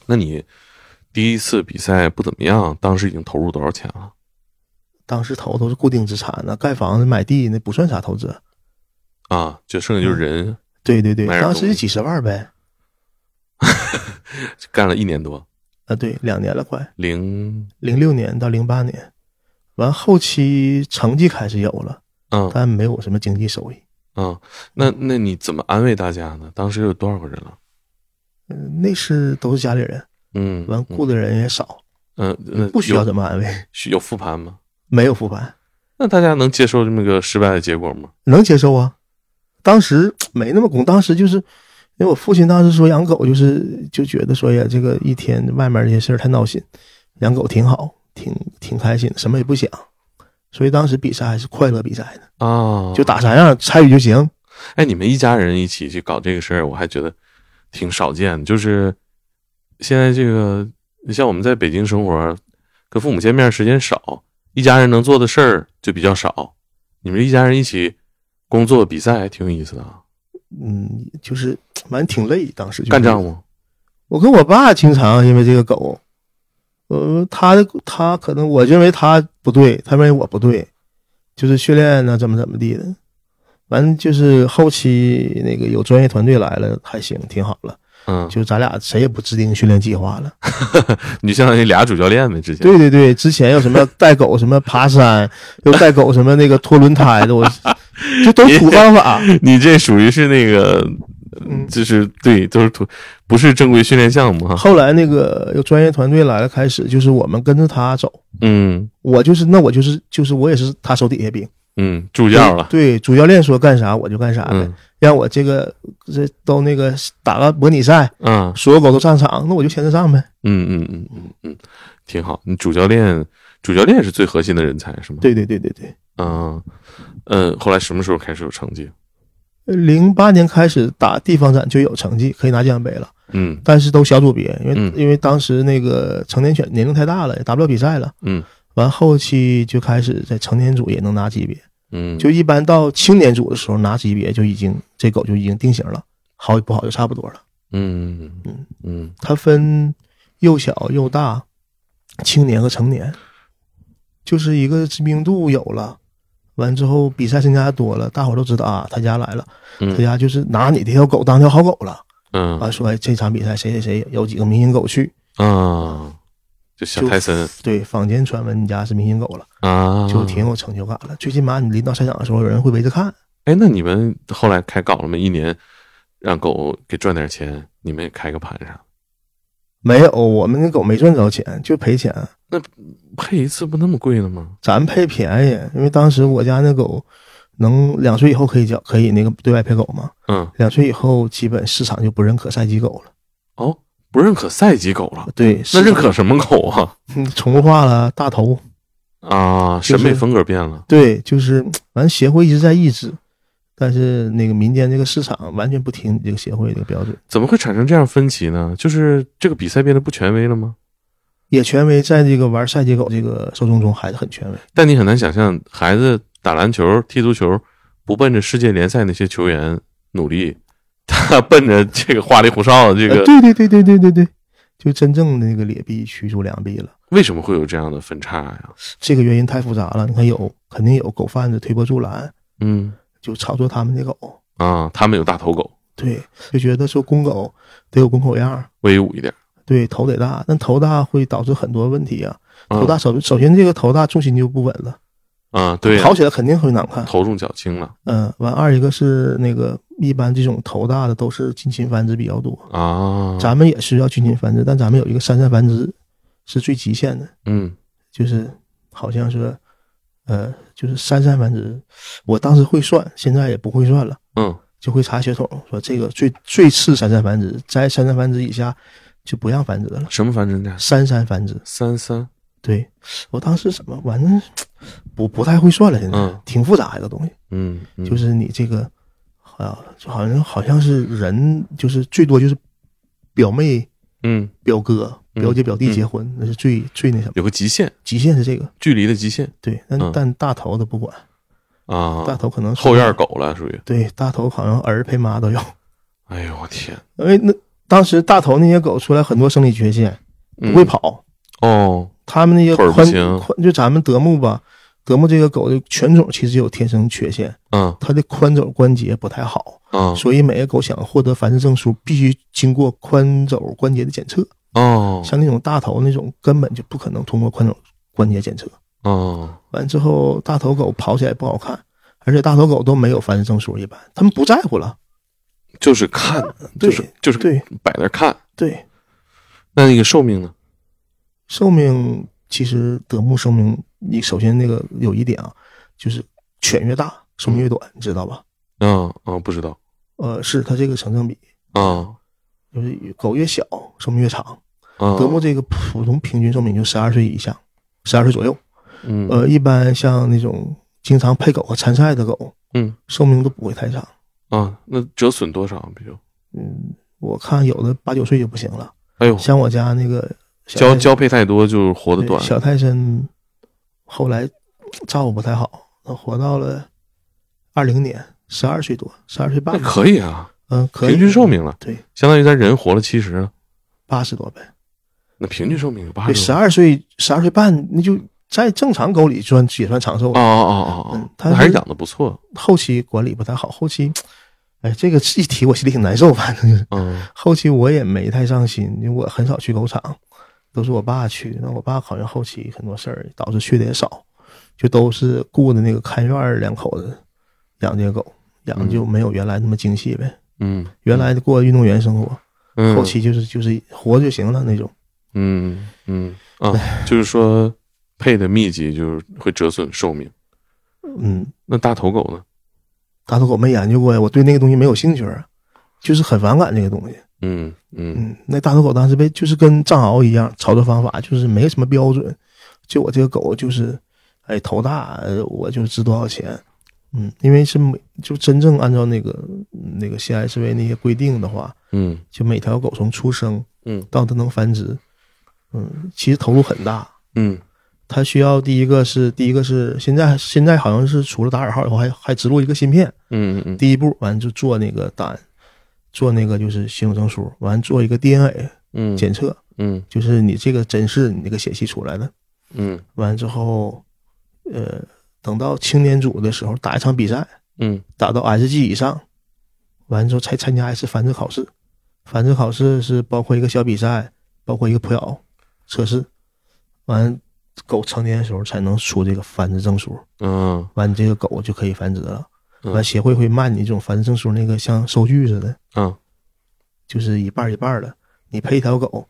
Speaker 1: 那你第一次比赛不怎么样，当时已经投入多少钱了？
Speaker 2: 当时投都是固定资产呢，盖房子买地那不算啥投资。
Speaker 1: 啊，就剩下就是
Speaker 2: 嗯
Speaker 1: 人、
Speaker 2: 对对对，
Speaker 1: 买点
Speaker 2: 当时
Speaker 1: 东
Speaker 2: 就
Speaker 1: 西
Speaker 2: 几十万呗，
Speaker 1: 干了一年多，
Speaker 2: 啊，对，两年了快。
Speaker 1: 零
Speaker 2: 零六年到零八年，完后期成绩开始有了，
Speaker 1: 嗯
Speaker 2: 但没有什么经济收益。
Speaker 1: 嗯，那那你怎么安慰大家呢？当时有多少个人了？
Speaker 2: 嗯、那是都是家里人，
Speaker 1: 嗯，
Speaker 2: 完雇的人也少，
Speaker 1: 嗯，嗯那
Speaker 2: 不需要
Speaker 1: 有
Speaker 2: 怎么安慰，
Speaker 1: 需有复盘吗？
Speaker 2: 没有复盘，
Speaker 1: 那大家能接受这么个失败的结果吗？
Speaker 2: 能接受啊。当时没那么拱，当时就是因为我父亲当时说养狗就是就觉得说呀，这个一天外面这些事儿太闹心，养狗挺好，挺挺开心，什么也不想。所以当时比赛还是快乐比赛的，
Speaker 1: 啊，
Speaker 2: 就打啥样参与就行。
Speaker 1: 哎，你们一家人一起去搞这个事儿，我还觉得挺少见的。就是现在这个，你像我们在北京生活，跟父母见面时间少，一家人能做的事儿就比较少。你们一家人一起工作比赛，还挺有意思的啊。
Speaker 2: 嗯，就是反正挺累，当时就是
Speaker 1: 干仗吗？
Speaker 2: 我跟我爸经常因为这个狗，呃，他的他可能我认为他不对，他认为我不对，就是训练啊呢怎么怎么地的，完就是后期那个有专业团队来了还行，挺好了，
Speaker 1: 嗯，
Speaker 2: 就咱俩谁也不制定训练计划了。
Speaker 1: 你就相当于俩主教练呗，之前。
Speaker 2: 对对对，之前有什么带狗什么爬山，又带狗什么那个拖轮胎的，我就都土方法。
Speaker 1: 你这属于是那个
Speaker 2: 嗯
Speaker 1: 就是对，都是土，不是正规训练项目哈。
Speaker 2: 后来那个有专业团队来了，开始就是我们跟着他走，
Speaker 1: 嗯
Speaker 2: 我就是那我就是就是我也是他手底下兵，
Speaker 1: 嗯，助教了，
Speaker 2: 对，主教练说干啥我就干啥呗，
Speaker 1: 嗯
Speaker 2: 让我这个这都那个打个模拟赛，
Speaker 1: 啊，
Speaker 2: 所有狗都上场，那我就牵着上呗。
Speaker 1: 嗯嗯嗯嗯嗯，挺好。你主教练，主教练是最核心的人才是吗？
Speaker 2: 对对对对对。
Speaker 1: 嗯嗯，后来什么时候开始有成绩？
Speaker 2: 零八年开始打地方展就有成绩，可以拿奖杯了，
Speaker 1: 嗯
Speaker 2: 但是都小组别，因为、
Speaker 1: 嗯
Speaker 2: 因为当时那个成年选年龄太大了，也打不了比赛了。
Speaker 1: 嗯
Speaker 2: 完后期就开始在成年组也能拿级别，
Speaker 1: 嗯，
Speaker 2: 就一般到青年组的时候拿级别就已经这狗就已经定型了，好与不好就差不多了。
Speaker 1: 嗯嗯嗯
Speaker 2: 它分幼小、幼大、青年和成年，就是一个知名度有了，完之后比赛参加多了，大伙儿都知道啊，他家来了，他
Speaker 1: 嗯
Speaker 2: 家就是拿你这条狗当条好狗了
Speaker 1: 嗯
Speaker 2: 啊，说哎这场比赛谁谁谁有几个明星狗去，
Speaker 1: 啊，就小
Speaker 2: 就
Speaker 1: 泰森
Speaker 2: 对，坊间传闻你家是明星狗了，
Speaker 1: 啊，
Speaker 2: 就挺有成就感了。最起码你临到赛场的时候，有人会围着看，
Speaker 1: 哎，那你们后来开搞了吗？一年让狗给赚点钱，你们也开个盘啥？
Speaker 2: 没有我们那狗没赚着钱，就赔钱，
Speaker 1: 配一次不那么贵了吗？
Speaker 2: 咱配便宜，因为当时我家那狗能两岁以后可以交，可以那个对外配狗嘛。
Speaker 1: 嗯，
Speaker 2: 两岁以后，基本市场就不认可赛季狗了。
Speaker 1: 哦，不认可赛级狗了，
Speaker 2: 对，
Speaker 1: 嗯那
Speaker 2: 市
Speaker 1: 认
Speaker 2: 场
Speaker 1: 可什么狗啊？
Speaker 2: 嗯宠物化了，大头。
Speaker 1: 啊，
Speaker 2: 就
Speaker 1: 审
Speaker 2: 是
Speaker 1: 美风格变了。
Speaker 2: 对，就是反正协会一直在抑制，但是那个民间这个市场完全不听这个协会这个标准。
Speaker 1: 怎么会产生这样分歧呢？就是这个比赛变得不权威了吗？
Speaker 2: 野权威在这个玩赛季狗这个受众中还是很权威。
Speaker 1: 但你很难想象，孩子打篮球、踢足球，不奔着世界联赛那些球员努力， 他奔着这个花里胡哨的这
Speaker 2: 呃
Speaker 1: 个，
Speaker 2: 对对对对对对对，就真正的那个劣币驱逐良币了。
Speaker 1: 为什么会有这样的分叉呀？
Speaker 2: 这个原因太复杂了，你看有肯定有狗贩子推波助澜，
Speaker 1: 嗯
Speaker 2: 就炒作他们的狗。
Speaker 1: 啊，他们有大头狗，
Speaker 2: 对，就觉得说公狗得有公狗样儿，
Speaker 1: 威武一点。
Speaker 2: 对，头得大，但头大会导致很多问题啊。
Speaker 1: 啊
Speaker 2: 头大首首先这个头大重心就不稳了，
Speaker 1: 啊，对呀，
Speaker 2: 跑起来肯定会难看。
Speaker 1: 头重脚轻了
Speaker 2: 嗯，完二一个是那个一般这种头大的都是近亲繁殖比较多，
Speaker 1: 啊。
Speaker 2: 咱们也需要近亲繁殖，但咱们有一个三散繁殖是最极限的，
Speaker 1: 嗯
Speaker 2: 就是好像说，呃，就是三散繁殖，我当时会算，现在也不会算了。
Speaker 1: 嗯
Speaker 2: 就会查血统，说这个最最次三三繁殖，在三三繁殖以下就不让繁殖了。
Speaker 1: 什么繁殖呢？
Speaker 2: 三三繁殖，
Speaker 1: 三三
Speaker 2: 对我当时什么，反正不不太会算了，现在、
Speaker 1: 嗯
Speaker 2: 挺复杂一个东西，
Speaker 1: 嗯，嗯
Speaker 2: 就是你这个啊，就好像好像是人，就是最多就是表妹、
Speaker 1: 嗯，
Speaker 2: 表哥、
Speaker 1: 嗯
Speaker 2: 表姐、表弟结婚，那是最最那什么，
Speaker 1: 有个极限，
Speaker 2: 极限是这个。
Speaker 1: 距离的极限
Speaker 2: 对，但、
Speaker 1: 嗯
Speaker 2: 但大头的不管，大
Speaker 1: 啊，
Speaker 2: 头可能
Speaker 1: 后院，狗了属于。
Speaker 2: 对，大头好像儿陪妈都有，
Speaker 1: 哎呦我天，
Speaker 2: 因为那当时大头那些狗出来很多生理缺陷。
Speaker 1: 嗯
Speaker 2: 不会跑。
Speaker 1: 哦，
Speaker 2: 他们那些
Speaker 1: 腿儿不
Speaker 2: 宽
Speaker 1: 行
Speaker 2: 宽，就咱们德牧吧，德牧这个狗的犬种其实有天生缺陷，
Speaker 1: 嗯
Speaker 2: 它的宽肘关节不太好，
Speaker 1: 嗯
Speaker 2: 所以每个狗想获得繁殖证书，必须经过宽肘关节的检测。
Speaker 1: 哦
Speaker 2: 像那种大头那种，根本就不可能通过宽肘关节检测。
Speaker 1: 哦，
Speaker 2: 完之后，大头狗跑起来不好看，而且大头狗都没有繁殖证书，一般他们不在乎了。
Speaker 1: 就是看，
Speaker 2: 对
Speaker 1: 就是就是
Speaker 2: 对
Speaker 1: 摆那儿看。
Speaker 2: 对，
Speaker 1: 那那个寿命呢？
Speaker 2: 寿命其实德牧寿命，你首先那个有一点啊，就是犬越大寿命越短，你知道吧？
Speaker 1: 嗯嗯，不知道
Speaker 2: 呃，是它这个成正比，
Speaker 1: 啊
Speaker 2: 就是狗越小寿命越长。
Speaker 1: 啊，
Speaker 2: 德牧这个普通平均寿命就十二岁以下，十二岁左右。
Speaker 1: 嗯
Speaker 2: 呃，一般像那种经常配狗和参赛的狗，
Speaker 1: 嗯
Speaker 2: 寿命都不会太长。
Speaker 1: 啊，那折损多少？比如，
Speaker 2: 嗯，我看有的八九岁就不行了，
Speaker 1: 哎呦，
Speaker 2: 像我家那个小
Speaker 1: 交
Speaker 2: 泰
Speaker 1: 交配太多就是活得
Speaker 2: 对
Speaker 1: 短。
Speaker 2: 小泰森，后来照顾不太好，他活到了二零年，十二岁多，十二岁半
Speaker 1: 那，可以啊，
Speaker 2: 嗯，可以
Speaker 1: 平均寿命了，
Speaker 2: 对
Speaker 1: 相当于咱人活了七十，
Speaker 2: 八十多呗。
Speaker 1: 那平均寿命有八
Speaker 2: 对，
Speaker 1: 十
Speaker 2: 十。二岁十二岁半，那就在正常狗里算也算长寿
Speaker 1: 哦
Speaker 2: 了。
Speaker 1: 哦哦哦
Speaker 2: 嗯
Speaker 1: 哦，
Speaker 2: 他
Speaker 1: 那还是
Speaker 2: 是
Speaker 1: 养的不错。
Speaker 2: 后期管理不太好，后期，哎，这个一提我心里挺难受，反正就是
Speaker 1: 嗯
Speaker 2: 后期我也没太上心，因为我很少去狗场，都是我爸去。那我爸好像后期很多事儿导致去的也少，就都是雇的那个看院儿两口子养这个狗，养就没有原来那么精细呗。
Speaker 1: 嗯
Speaker 2: 原来过运动员生活，
Speaker 1: 嗯，
Speaker 2: 后期就是就是活就行了那种。
Speaker 1: 嗯嗯啊，就是说配的密集就是会折损寿命。
Speaker 2: 嗯，
Speaker 1: 那大头狗呢？
Speaker 2: 大头狗没研究过呀，我对那个东西没有兴趣啊，就是很反感这个东西。
Speaker 1: 嗯嗯
Speaker 2: 嗯，那大头狗当时被就是跟藏獒一样，操作方法就是没什么标准，就我这个狗就是，哎，头大，呃我就值多少钱。嗯，因为是每就真正按照那个那个 CSV 那些规定的话，
Speaker 1: 嗯
Speaker 2: 就每条狗从出生，
Speaker 1: 嗯，
Speaker 2: 到它能繁殖，嗯，其实投入很大。
Speaker 1: 嗯
Speaker 2: 它需要第一个是第一个是现在现在好像是除了打耳号以后还还植入一个芯片，
Speaker 1: 嗯嗯
Speaker 2: 第一步完就做那个单，做那个就是血统证书，完做一个 DNA
Speaker 1: 嗯
Speaker 2: 检测，
Speaker 1: 嗯
Speaker 2: 就是你这个真是你那个血系出来的。
Speaker 1: 嗯
Speaker 2: 完之后，呃，等到青年组的时候打一场比赛，
Speaker 1: 嗯
Speaker 2: 打到 SG 以上，完之后才参加一次繁殖考试。繁殖考试是包括一个小比赛，包括一个扑咬测试。完，狗成年的时候才能出这个繁殖证书，
Speaker 1: 嗯
Speaker 2: 完这个狗就可以繁殖了。
Speaker 1: 嗯
Speaker 2: 完，协会会卖你这种繁殖证书，那个像收据似的，
Speaker 1: 嗯
Speaker 2: 就是一半儿一半儿的。你配一条狗，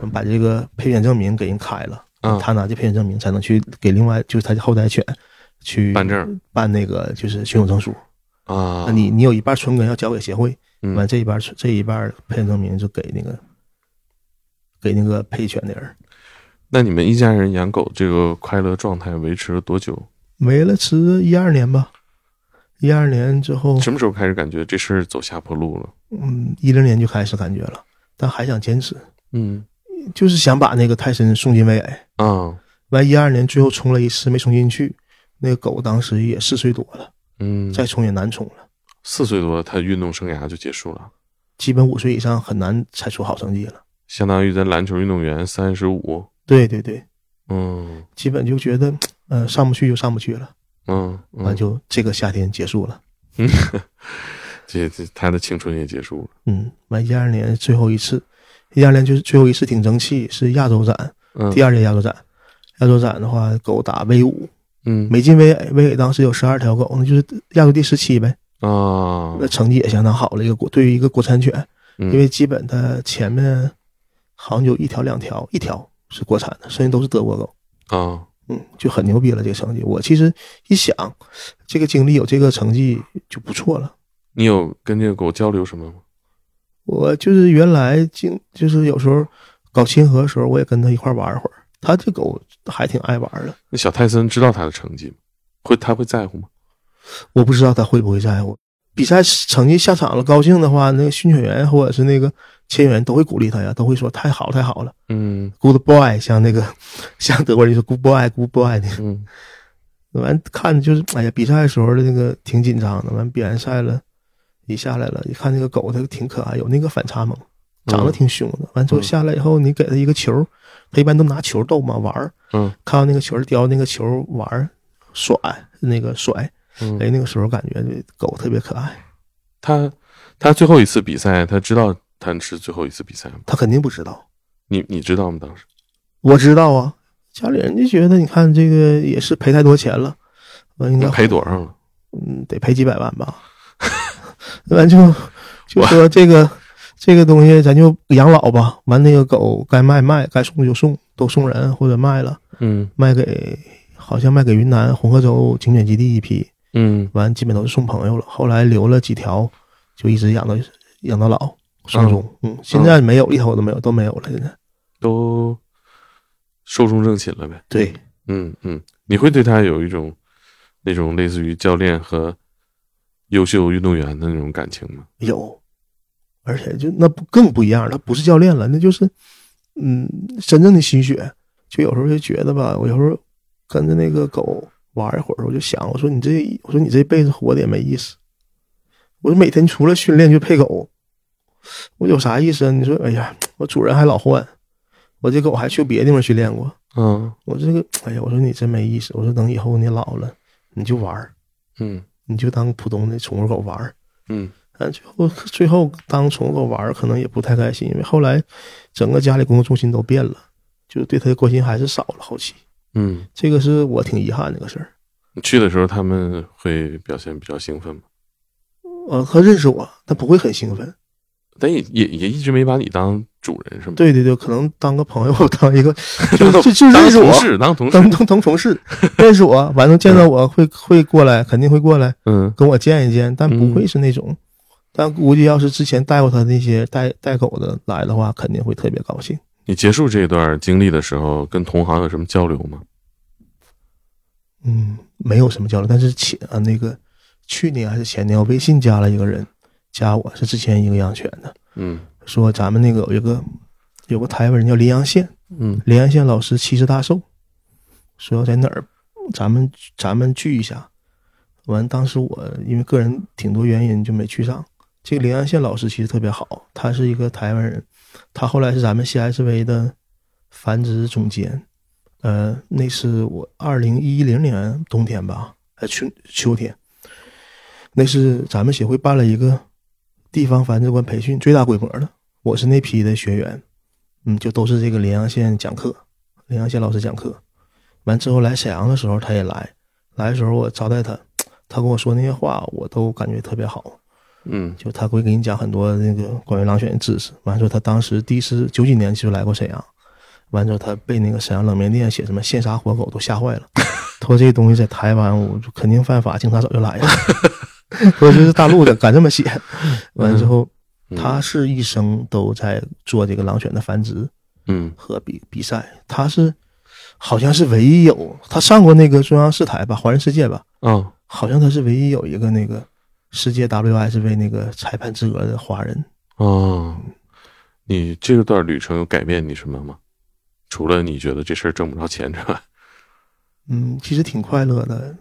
Speaker 2: 嗯把这个配犬证明给人开了，
Speaker 1: 嗯
Speaker 2: 他拿这配犬证明才能去给另外就是他的后代犬去
Speaker 1: 办证
Speaker 2: 办那个就是血统证书。
Speaker 1: 啊
Speaker 2: 那，你你有一半儿纯根要交给协会，
Speaker 1: 嗯
Speaker 2: 完这一半儿这一半儿配犬证明就给那个给那个配犬的人儿。
Speaker 1: 那你们一家人养狗这个快乐状态维持了多久？
Speaker 2: 没了，吃一二年吧，一二年之后，
Speaker 1: 什么时候开始感觉这事儿走下坡路了？
Speaker 2: 嗯，一零年就开始感觉了，但还想坚持，
Speaker 1: 嗯
Speaker 2: 就是想把那个泰森送进胃癌。
Speaker 1: 啊
Speaker 2: 完一二年最后冲了一次没冲进去，那个狗当时也四岁多了，
Speaker 1: 嗯，
Speaker 2: 再冲也难冲了，
Speaker 1: 四岁多他运动生涯就结束了，
Speaker 2: 基本五岁以上很难才出好成绩了。
Speaker 1: 相当于咱篮球运动员三十五。
Speaker 2: 对对对，
Speaker 1: 嗯
Speaker 2: 基本就觉得，呃，上不去就上不去了，
Speaker 1: 嗯，
Speaker 2: 完
Speaker 1: 嗯，
Speaker 2: 就这个夏天结束了。
Speaker 1: 这这他的青春也结束了。
Speaker 2: 嗯，完一二年最后一次，一二年就是最后一次挺争气，是亚洲展
Speaker 1: 嗯
Speaker 2: 第二届亚洲展。亚洲展的话，狗打 V 五
Speaker 1: 嗯
Speaker 2: 没进 V A V A 当时有十二条狗，那就是亚洲第十七呗，
Speaker 1: 啊嗯
Speaker 2: 那，成绩也相当好了。一个国对于一个国产犬，
Speaker 1: 因
Speaker 2: 因为基本它前面好像有一条两条，一条是国产的，剩下都是德国狗，
Speaker 1: 啊
Speaker 2: 嗯，就很牛逼了这个成绩。我其实一想，这个经历有这个成绩就不错了。
Speaker 1: 你有跟这个狗交流什么吗？
Speaker 2: 我就是原来经就是有时候搞亲和的时候，我也跟它一块玩一会儿。它这狗还挺爱玩的，
Speaker 1: 那小泰森知道他的成绩吗？会他会在乎吗？
Speaker 2: 我不知道它会不会在乎。比赛成绩下场了，高兴的话，那个训犬员或者是那个签员都会鼓励它呀，都会说太好太好了
Speaker 1: 嗯
Speaker 2: ，good boy，像那个像德国人就 good boy，good boy 那
Speaker 1: 嗯
Speaker 2: 完看着就是，哎呀，比赛的时候的那个挺紧张的。完比完赛了，一下来了，一看那个狗，它挺可爱，有那个反差萌，长得挺凶的。完之后
Speaker 1: 嗯
Speaker 2: 下来以后，你给它一个球，它一般都拿球逗嘛玩儿。
Speaker 1: 嗯，
Speaker 2: 看到那个球叼那个球玩儿，甩那个甩，
Speaker 1: 嗯
Speaker 2: 哎，那个时候感觉这狗特别可爱。
Speaker 1: 他他最后一次比赛，他知道他是最后一次比赛吗？
Speaker 2: 它肯定不知道，
Speaker 1: 你你知道吗？当时
Speaker 2: 我知道啊。家里人就觉得，你看这个也是赔太多钱了，完应该
Speaker 1: 赔多少了？
Speaker 2: 嗯，得赔几百万吧。 完就就说这个这个东西咱就养老吧，完那个狗该卖卖，该送就送，都送人或者卖了，
Speaker 1: 嗯
Speaker 2: 卖给好像卖给云南红河州警犬基地一批，
Speaker 1: 嗯
Speaker 2: 完基本都是送朋友了。后来留了几条，就一直养到养到老送终。嗯，现在没有一头都没有，都没有了现在。
Speaker 1: 都寿终正寝了呗。
Speaker 2: 对，
Speaker 1: 嗯嗯，你会对他有一种那种类似于教练和优秀运动员的那种感情吗？
Speaker 2: 有，而且就那不更不一样了，他不是教练了，那就是嗯，真正的心血。就有时候就觉得吧，我有时候跟着那个狗玩一会儿，我就想，我说你这，我说你这辈子活的也没意思。我说每天除了训练就陪狗，我有啥意思啊？你说，哎呀，我主人还老换，我这狗还去别地方训练过，
Speaker 1: 嗯
Speaker 2: 我这个，哎呀，我说你真没意思。我说等以后你老了，你就玩儿，
Speaker 1: 嗯
Speaker 2: 你就当普通的宠物狗玩儿。
Speaker 1: 嗯
Speaker 2: 但最后最后当宠物狗玩儿可能也不太开心，因为后来整个家里工作重心都变了，就对它的关心还是少了。后期
Speaker 1: 嗯，
Speaker 2: 这个是我挺遗憾这个事儿。
Speaker 1: 你去的时候他们会表现比较兴奋吗？
Speaker 2: 呃，他认识我，他不会很兴奋。
Speaker 3: 但也也也一直没把你当主人是吗？
Speaker 2: 对对对，可能当个朋友， 当 一个就
Speaker 3: 当
Speaker 2: 就就
Speaker 3: 当
Speaker 2: 认识
Speaker 3: 同
Speaker 2: 我，
Speaker 3: 事，嗯当同事，
Speaker 2: 当当当 同事，认识我，完了见到我会会过来，肯定会过来
Speaker 3: 嗯
Speaker 2: 跟我见一见，但不
Speaker 3: 嗯
Speaker 2: 会是那种。但估计要是之前带过他那些带带狗的来的话，肯定会特别高兴。
Speaker 3: 你结束这段经历的时候，跟同行有什么交流吗？
Speaker 2: 嗯，没有什么交流，但是前啊那个去年还是前年，我微信加了一个人，加我是之前一个养犬的，
Speaker 3: 嗯
Speaker 2: 说咱们那个有一个有个台湾人叫林阳宪，
Speaker 3: 嗯
Speaker 2: 林阳宪老师七十大寿，说在哪儿，咱们咱们聚一下。完，当时我因为个人挺多原因就没去上。这个林阳宪老师其实特别好，他是一个台湾人，他后来是咱们 CSV 的繁殖总监。呃，那是我二零一零年冬天吧，呃春秋天，那是咱们协会办了一个地方繁殖官培训最大规模的，我是那批的学员，嗯，就都是这个连阳县讲课，连阳县老师讲课，完之后来沈阳的时候他也来，来的时候我招待他，他跟我说那些话我都感觉特别好，
Speaker 3: 嗯
Speaker 2: 就他会给你讲很多那个关于狼犬的知识。完之后，他当时第一次九几年就来过沈阳，完之后他被那个沈阳冷面店写什么现杀活狗都吓坏了，他说这东西在台湾我就肯定犯法，警察早就来了。 说这是大陆的敢这么写，完之后
Speaker 3: 嗯
Speaker 2: 他是一生都在做这个狼犬的繁殖
Speaker 3: 嗯
Speaker 2: 和比比赛，他是好像是唯一有他上过那个中央四台吧，华人世界吧，
Speaker 3: 哦
Speaker 2: 好像他是唯一有一个那个世界 WSV 那个裁判资格的华人。
Speaker 3: 哦，你这段旅程有改变你什么吗？除了你觉得这事儿挣不着钱之外，
Speaker 2: 嗯，其实挺快乐的。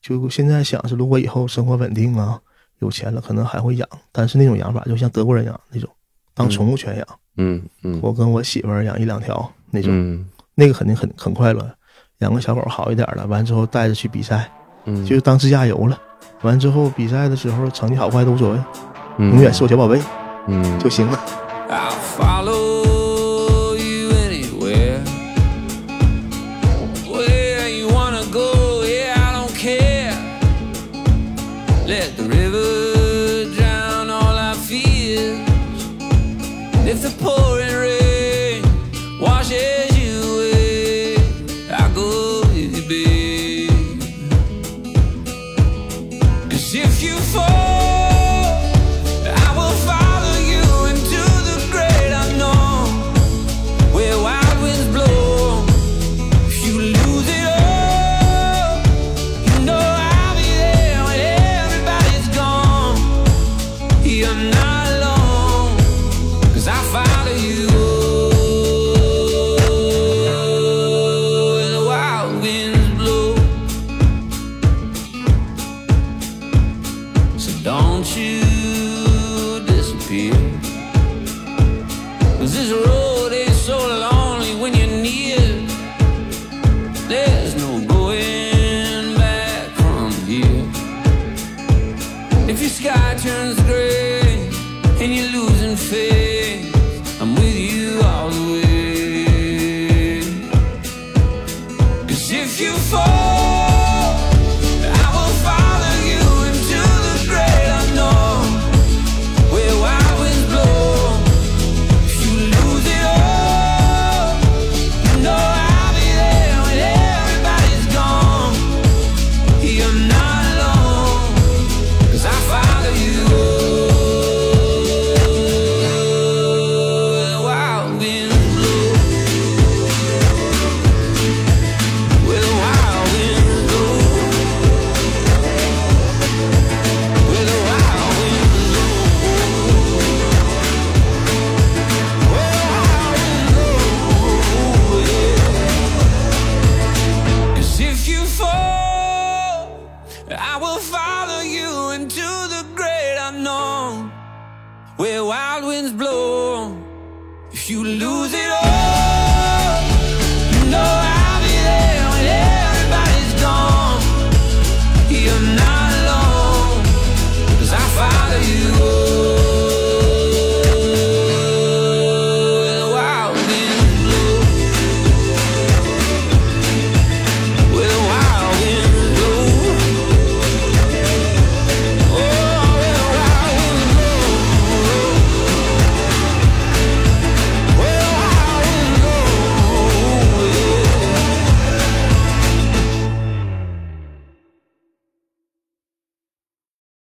Speaker 2: 就现在想是，如果以后生活稳定啊，有钱了，可能还会养，但是那种养法就像德国人养那种，
Speaker 3: 嗯
Speaker 2: 当宠物犬养。
Speaker 3: 嗯嗯
Speaker 2: 我跟我媳妇儿养一两条那种，
Speaker 3: 嗯
Speaker 2: 那个肯定很很快乐。养个小狗好一点了，完之后带着去比赛，
Speaker 3: 嗯，
Speaker 2: 就是当自驾游了。完之后比赛的时候成绩好坏都无所谓，
Speaker 3: 永
Speaker 2: 永远是我小宝贝
Speaker 3: 嗯
Speaker 2: 就行了。
Speaker 4: I'll follow you anywhere. Where you wanna go, yeah, I don't care. Let the river drown all our fears. And if the pouring rain washes you away, I'll go with you, babe. Cause if you fall, I will follow you into the great unknown where wild winds blow. If you lose it all, you know I'll be there when everybody's gone. You're not alone, cause I follow you. when the wild winds blow. So don't you disappear. Cause this road is so lonely when you're near. There's no going back from here. If your sky turns gray and you're losing faith, I'm with you all the way. Cause if you fall, I will follow you into the great unknown. Where wild winds blow. If you lose it all, you know I'll be there when everybody's gone. You're not alone. Cause I follow you. Where the wild winds blow. Where the wild winds blow. Where the wild winds blow. Where the wild winds blow, yeah. 'Cause if you fall, I will follow you into the great unknown. Where wild winds blow, if you lose it all. Oh,